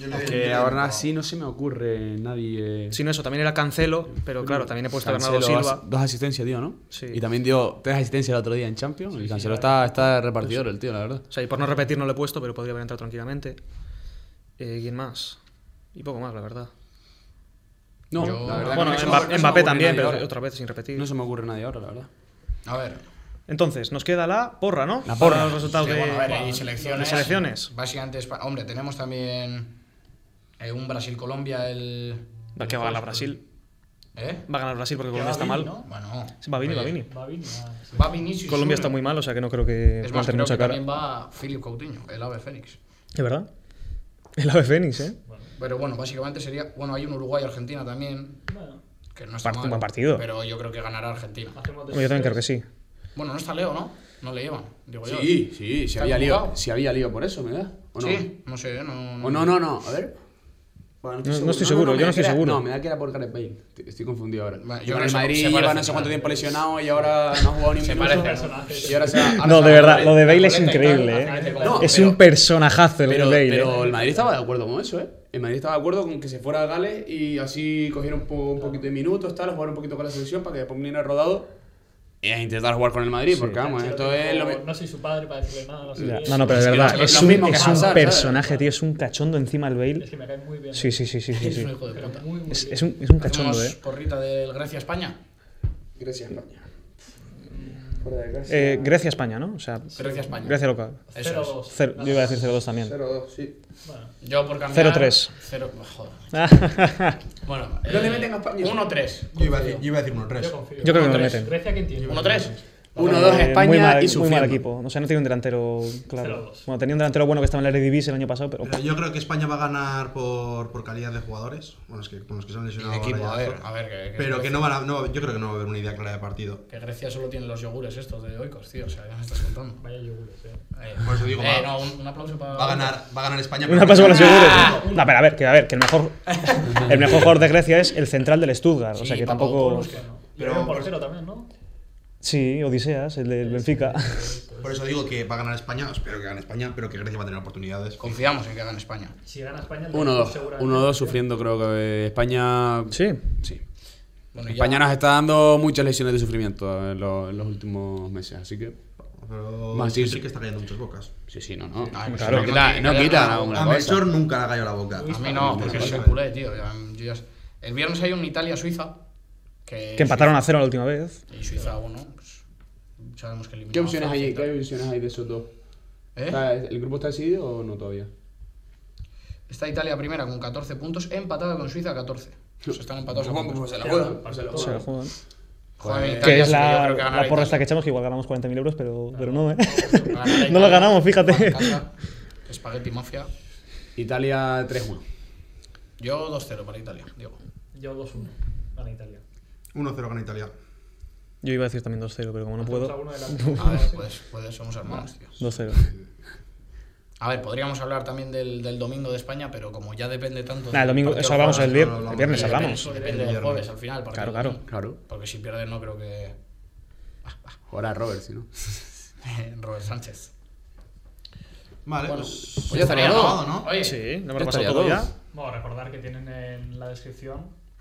A: Yo le- yo
B: Que
A: le-
B: ahora sí no se me ocurre nadie.
E: Si no, eso también era Cancelo, pero claro, también he puesto a
B: Cancelo,
E: Bernardo Silva.
B: as- Dos asistencias dio, ¿no?
E: Sí.
B: Y también dio tres asistencias el otro día en Champions. y Cancelo está, está repartidor, el tío, la verdad.
E: O sea, y por no repetir no lo he puesto, pero podría haber entrado tranquilamente. Eh, ¿Quién más? Y poco más, la verdad.
B: No,
C: Yo-
B: la verdad.
E: Bueno,
B: que no se me
E: Mba-
B: ocurre- no se me
E: Mbappé
B: ocurre
E: también,
B: nadie
E: pero
B: ahora.
E: otra vez sin repetir.
B: No se me ocurre nadie ahora, la verdad.
C: A ver.
E: Entonces, nos queda la porra, ¿no?
B: La porra.
E: Para los resultados
C: Sí,
E: de...
C: bueno, a ver, y selecciones.
E: de selecciones.
C: Básicamente, Espa- hombre, tenemos también eh, un Brasil-Colombia el.
E: Va, que va a ganar Brasil.
C: ¿Eh?
E: Va a ganar Brasil porque
D: Que va
E: Colombia está
D: Vini,
E: mal.
D: ¿no?
C: Bueno.
E: Sí, Va Vini, va
C: oye,
E: Vini.
D: Va bien, ya, sí.
C: Va Vini, sí,
E: Colombia
C: sí.
E: está muy mal, o sea que no creo que
C: Es
E: puedan
C: más,
E: tener
C: creo
E: mucha
C: que
E: cara.
C: también va Philip Coutinho, el ave Fénix.
E: Es verdad. El ave Fénix, ¿eh?
C: Pero bueno, básicamente sería. Bueno, hay un Uruguay-Argentina también.
D: Bueno,
C: Que no está
E: Part-
C: mal,
E: un buen partido.
C: Pero yo creo que ganará Argentina.
D: hacemos
E: Yo también creo que sí.
C: Bueno, no está Leo, ¿no? No le llevan. Digo yo.
B: Sí, sí, si
C: ¿Está
B: había lío.
C: convocado?
B: Si había lío por eso, ¿verdad? ¿O no?
C: Sí, no sé, no.
B: O no, no, no. A ver. Bueno,
E: No- no estoy seguro,
B: me
E: yo no
B: da
E: estoy
B: que era-
E: seguro.
B: No, me da que era por Gareth Bale. Estoy- Estoy confundido ahora.
C: Bueno, yo
B: Yo
C: creo
B: el
C: que se-
B: Madrid
C: se
B: lleva
C: parece,
B: no sé cuánto
C: claro.
B: tiempo lesionado y ahora no ha jugado ni un
C: Se
B: minuto.
C: parece.
B: Y ahora se- ahora
E: No,
B: se
E: de
B: va a
E: verdad,
B: Gareth.
E: lo de Bale es
C: Arboleta y tal,
E: increíble,
C: Arboleta
E: ¿eh?
C: y tal.
B: No,
E: Es
B: pero-
E: un personajazo el
B: Pero,
E: Bale, ¿eh?
B: pero el Madrid estaba de acuerdo con eso, ¿eh? El Madrid estaba de acuerdo con que se fuera a Gales y así cogieron un, po- un poquito de minutos, tal, jugar un poquito con la selección para que después viniera rodado y a intentar jugar con el Madrid, porque vamos, esto es lo mismo.
D: No soy su padre para decirle nada, no sé qué.
E: No, no, pero
B: Es
E: de
B: que
E: verdad,
B: lo-
E: es
B: lo
E: un,
B: mismo que
E: es un
B: Hazard, ¿sabes?
E: personaje, tío, es un cachondo encima el
D: Es
E: Bale.
D: que me cae muy bien.
E: Sí, sí, sí, sí, sí.
C: Es un
E: sí.
C: hijo de
D: Pero
C: puta.
D: muy, muy
E: Es,
D: bien.
E: es un, es un cachondo,
C: Hacemos
E: ¿eh?
C: porrita del Grecia-España.
B: Gracias, España.
E: eh Grecia-España, ¿no? O sea,
C: Grecia-España.
E: Grecia local.
C: Eso es.
D: 0-2.
E: Cero- yo iba a decir 0-2 también.
B: 0-2, sí.
D: Bueno,
C: Yo por cambiar.
E: 0-3.
C: 0 Joder.
E: Ah.
C: Bueno. eh,
B: No le meten a España.
C: 1-3.
A: Yo iba a decir, yo iba a decir uno, tres.
D: yo confío.
E: Yo creo que no lo
D: Tres.
E: meten.
D: Grecia, ¿quién tiene?
C: 1-3.
B: 1-2
E: Eh, muy mal,
B: España y
E: muy mal
B: sufriendo.
E: equipo. O sea, no tenía un delantero claro.
D: 0-2.
E: Bueno, tenía un delantero bueno que estaba en la Eredivisie el año pasado, pero
A: Pero yo creo que España va a ganar por, por calidad de jugadores, bueno, es que con los que se han
C: Y
A: lesionado.
C: de equipo, a
A: ahora ya.
C: ver, a ver. Que,
A: Pero que no van a, no, yo creo que no va a haber una idea clara de partido.
C: Que Grecia solo tiene los yogures estos de Oikos, tío. O sea, ya me estás contando.
D: Vaya yogures, eh.
C: Eh,
A: Por eso digo,
C: eh,
A: va-
C: no, un, un aplauso para.
A: Va a ganar, va a ganar España.
E: Una paso con los seguros.
C: Ah.
E: No, pero a ver, que a ver, que el mejor el mejor jugador de Grecia es el central del Stuttgart, o sea
C: Sí,
E: que tampoco
D: Pues
C: Papagopoulos, que no.
A: Pero- pues
D: Pero un portero también, ¿no?
E: Sí, Odiseas, el del Benfica.
A: Por eso digo que va a ganar España, espero que gane España, pero que Grecia va a tener oportunidades.
C: Confiamos en que gane España.
D: Si gana España, el
B: 1-2.
D: seguramente-
B: 1-2 sufriendo, creo que eh, España.
E: Sí.
B: Sí.
C: Bueno, y ya-
B: España nos está dando muchas lesiones de sufrimiento eh, en los, en los últimos meses, así que.
A: Pero
B: Más
A: sí,
B: sí,
A: sí
B: sí.
A: que está cayendo muchas bocas.
B: Sí, sí, no, no.
C: Ah, pues
E: Claro.
B: No quita, no quita
A: A
B: una cosa.
A: Melchor nunca le ha caído la boca.
C: A mí no, porque
A: Una
C: es el
A: cosa.
C: culé, tío. Ya- yo ya sé. El viernes hay un Italia-Suiza. Que,
E: Que empataron a cero la última vez.
C: Y Suiza 1. Pues, sabemos que eliminó
B: ¿Qué
C: a
B: opciones
C: Francia
B: hay,
C: y tal.
B: qué opciones hay de esos dos?
C: ¿Eh?
B: ¿Está- ¿El grupo está decidido o no todavía?
C: Está Italia primera con 14 puntos, empatada con Suiza 14. O sea, están empatados a
B: Vamos, pues
C: puntos.
B: se la juegan, pues se la
E: Se la
B: juegan.
E: juegan.
C: Juegan en
E: Que
C: Italia,
E: es
C: así que yo
E: la,
C: creo que ganará
E: la porra esta que
C: Italia.
E: echamos, que igual ganamos 40.000 euros, pero, pero no, ¿eh?
C: Ganará
E: No lo
C: Italia,
E: ganamos, fíjate.
C: juega en casa, Espagueti Mafia.
B: Italia 3-1.
C: Yo 2-0 para Italia, Diego.
D: Yo 2-1. Gana Italia.
A: 1-0 gana Italia.
E: Yo iba a decir también 2-0, pero como no
C: pues,
D: Hacemos a
E: puedo.
D: uno de la-
C: A ver, pues, pues somos hermanos, tío.
E: 2-0.
C: A ver, podríamos hablar también del, del domingo de España, pero como ya depende tanto.
E: Nada, el
C: del
E: domingo,
C: partido
E: eso hablamos
C: jueves,
E: el,
A: no
E: vier-
A: lo hablamos.
E: el
C: depende-
E: viernes, hablamos.
C: Depende del jueves al final. el partido.
E: Claro, claro.
B: Claro.
C: Porque si pierdes, no creo que.
B: Jugará Robert, si no.
C: Robert Sánchez.
A: Vale,
C: Bueno,
A: pues.
C: pues ya estaría
A: acabado,
C: todo,
A: ¿no?
B: ¿eh?
C: Oye,
E: Sí, lo
B: Ya
E: hemos pasado
B: estaría
E: todo ya.
B: todo.
D: Bueno, recordar que tienen en la descripción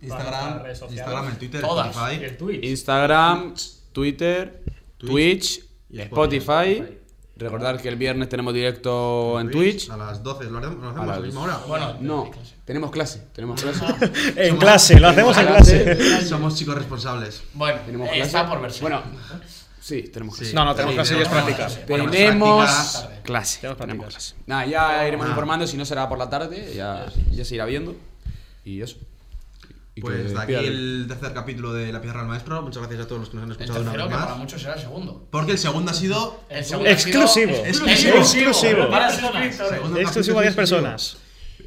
D: todas nuestras
A: Instagram,
D: redes sociales
A: Instagram, el Twitter,
C: Todas.
D: y
A: Spotify.
D: el Twitch.
B: Instagram, Twitter, Twitch,
A: Twitch, y
B: Spotify.
A: Spotify.
B: Recordar que el viernes tenemos directo en Twitch.
A: A las 12, ¿lo haremos, lo
B: A
A: hacemos
B: las
A: a la misma hora?
C: bueno,
B: No, tenemos clase, tenemos clase.
E: En clase, lo hacemos en clase.
A: Eh, Somos chicos responsables.
C: Bueno,
B: Tenemos
C: eh,
B: clase.
C: está por verse.
B: Bueno, sí, tenemos clase.
A: Sí.
E: No, no, tenemos
A: Sí,
E: clase y es
A: tenemos-
E: práctica.
A: Bueno, pues
B: Tenemos
A: prácticas.
B: clase.
E: Tenemos
B: Tenemos
E: prácticas.
B: clase. Nada, ya iremos
A: Ah.
B: informando, si no será por la tarde, ya, ya se irá viendo. Y eso. Y que
A: Pues de aquí
B: pida-
A: el tercer capítulo de La Piedra del Maestro. Muchas gracias a todos los que nos han
C: el
A: escuchado una
C: tercero,
A: vez
C: que para
A: más.
C: muchos será el segundo.
A: Porque el segundo ha sido.
C: El segundo ha sido-
E: Exclusivo.
A: Exclusivo.
E: Exclusivo.
C: Para suscriptores.
A: segundo
E: Exclusivo
A: capítulo
E: a 10 personas.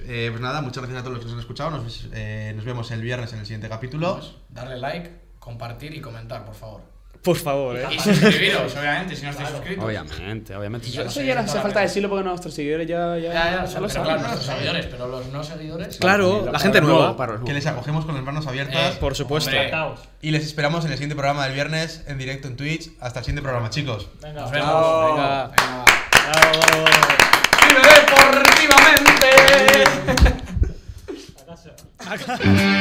A: Eh, pues nada, muchas gracias a todos los que nos han escuchado. Nos, eh, nos vemos el viernes en el siguiente capítulo.
C: Darle like, compartir y comentar, por favor.
E: Por favor, ¿eh?
C: Y suscribiros, obviamente, si no estáis suscritos.
B: Obviamente, obviamente.
C: Y ya
B: Eso,
C: no
B: eso
C: sé,
B: ya no
C: toda
B: hace
C: la
B: falta
C: vida.
B: decirlo porque nuestros seguidores ya, ya, ya
C: Ya, ya,
B: lo
C: pero
B: saben.
C: claro, nuestros seguidores, pero los no seguidores.
E: Claro, la gente nueva.
B: Para los
A: Que les
B: nuevos.
A: acogemos con las manos abiertas.
C: Eh,
E: Por supuesto.
C: Hombre.
D: Trataos.
A: Y les esperamos en el siguiente programa del viernes, en directo en Twitch. Hasta el siguiente programa, chicos.
D: Venga,
C: Nos
D: os
C: vemos.
E: Venga.
C: Venga.
E: Bravo.
C: ¡Vive deportivamente!
D: A casa.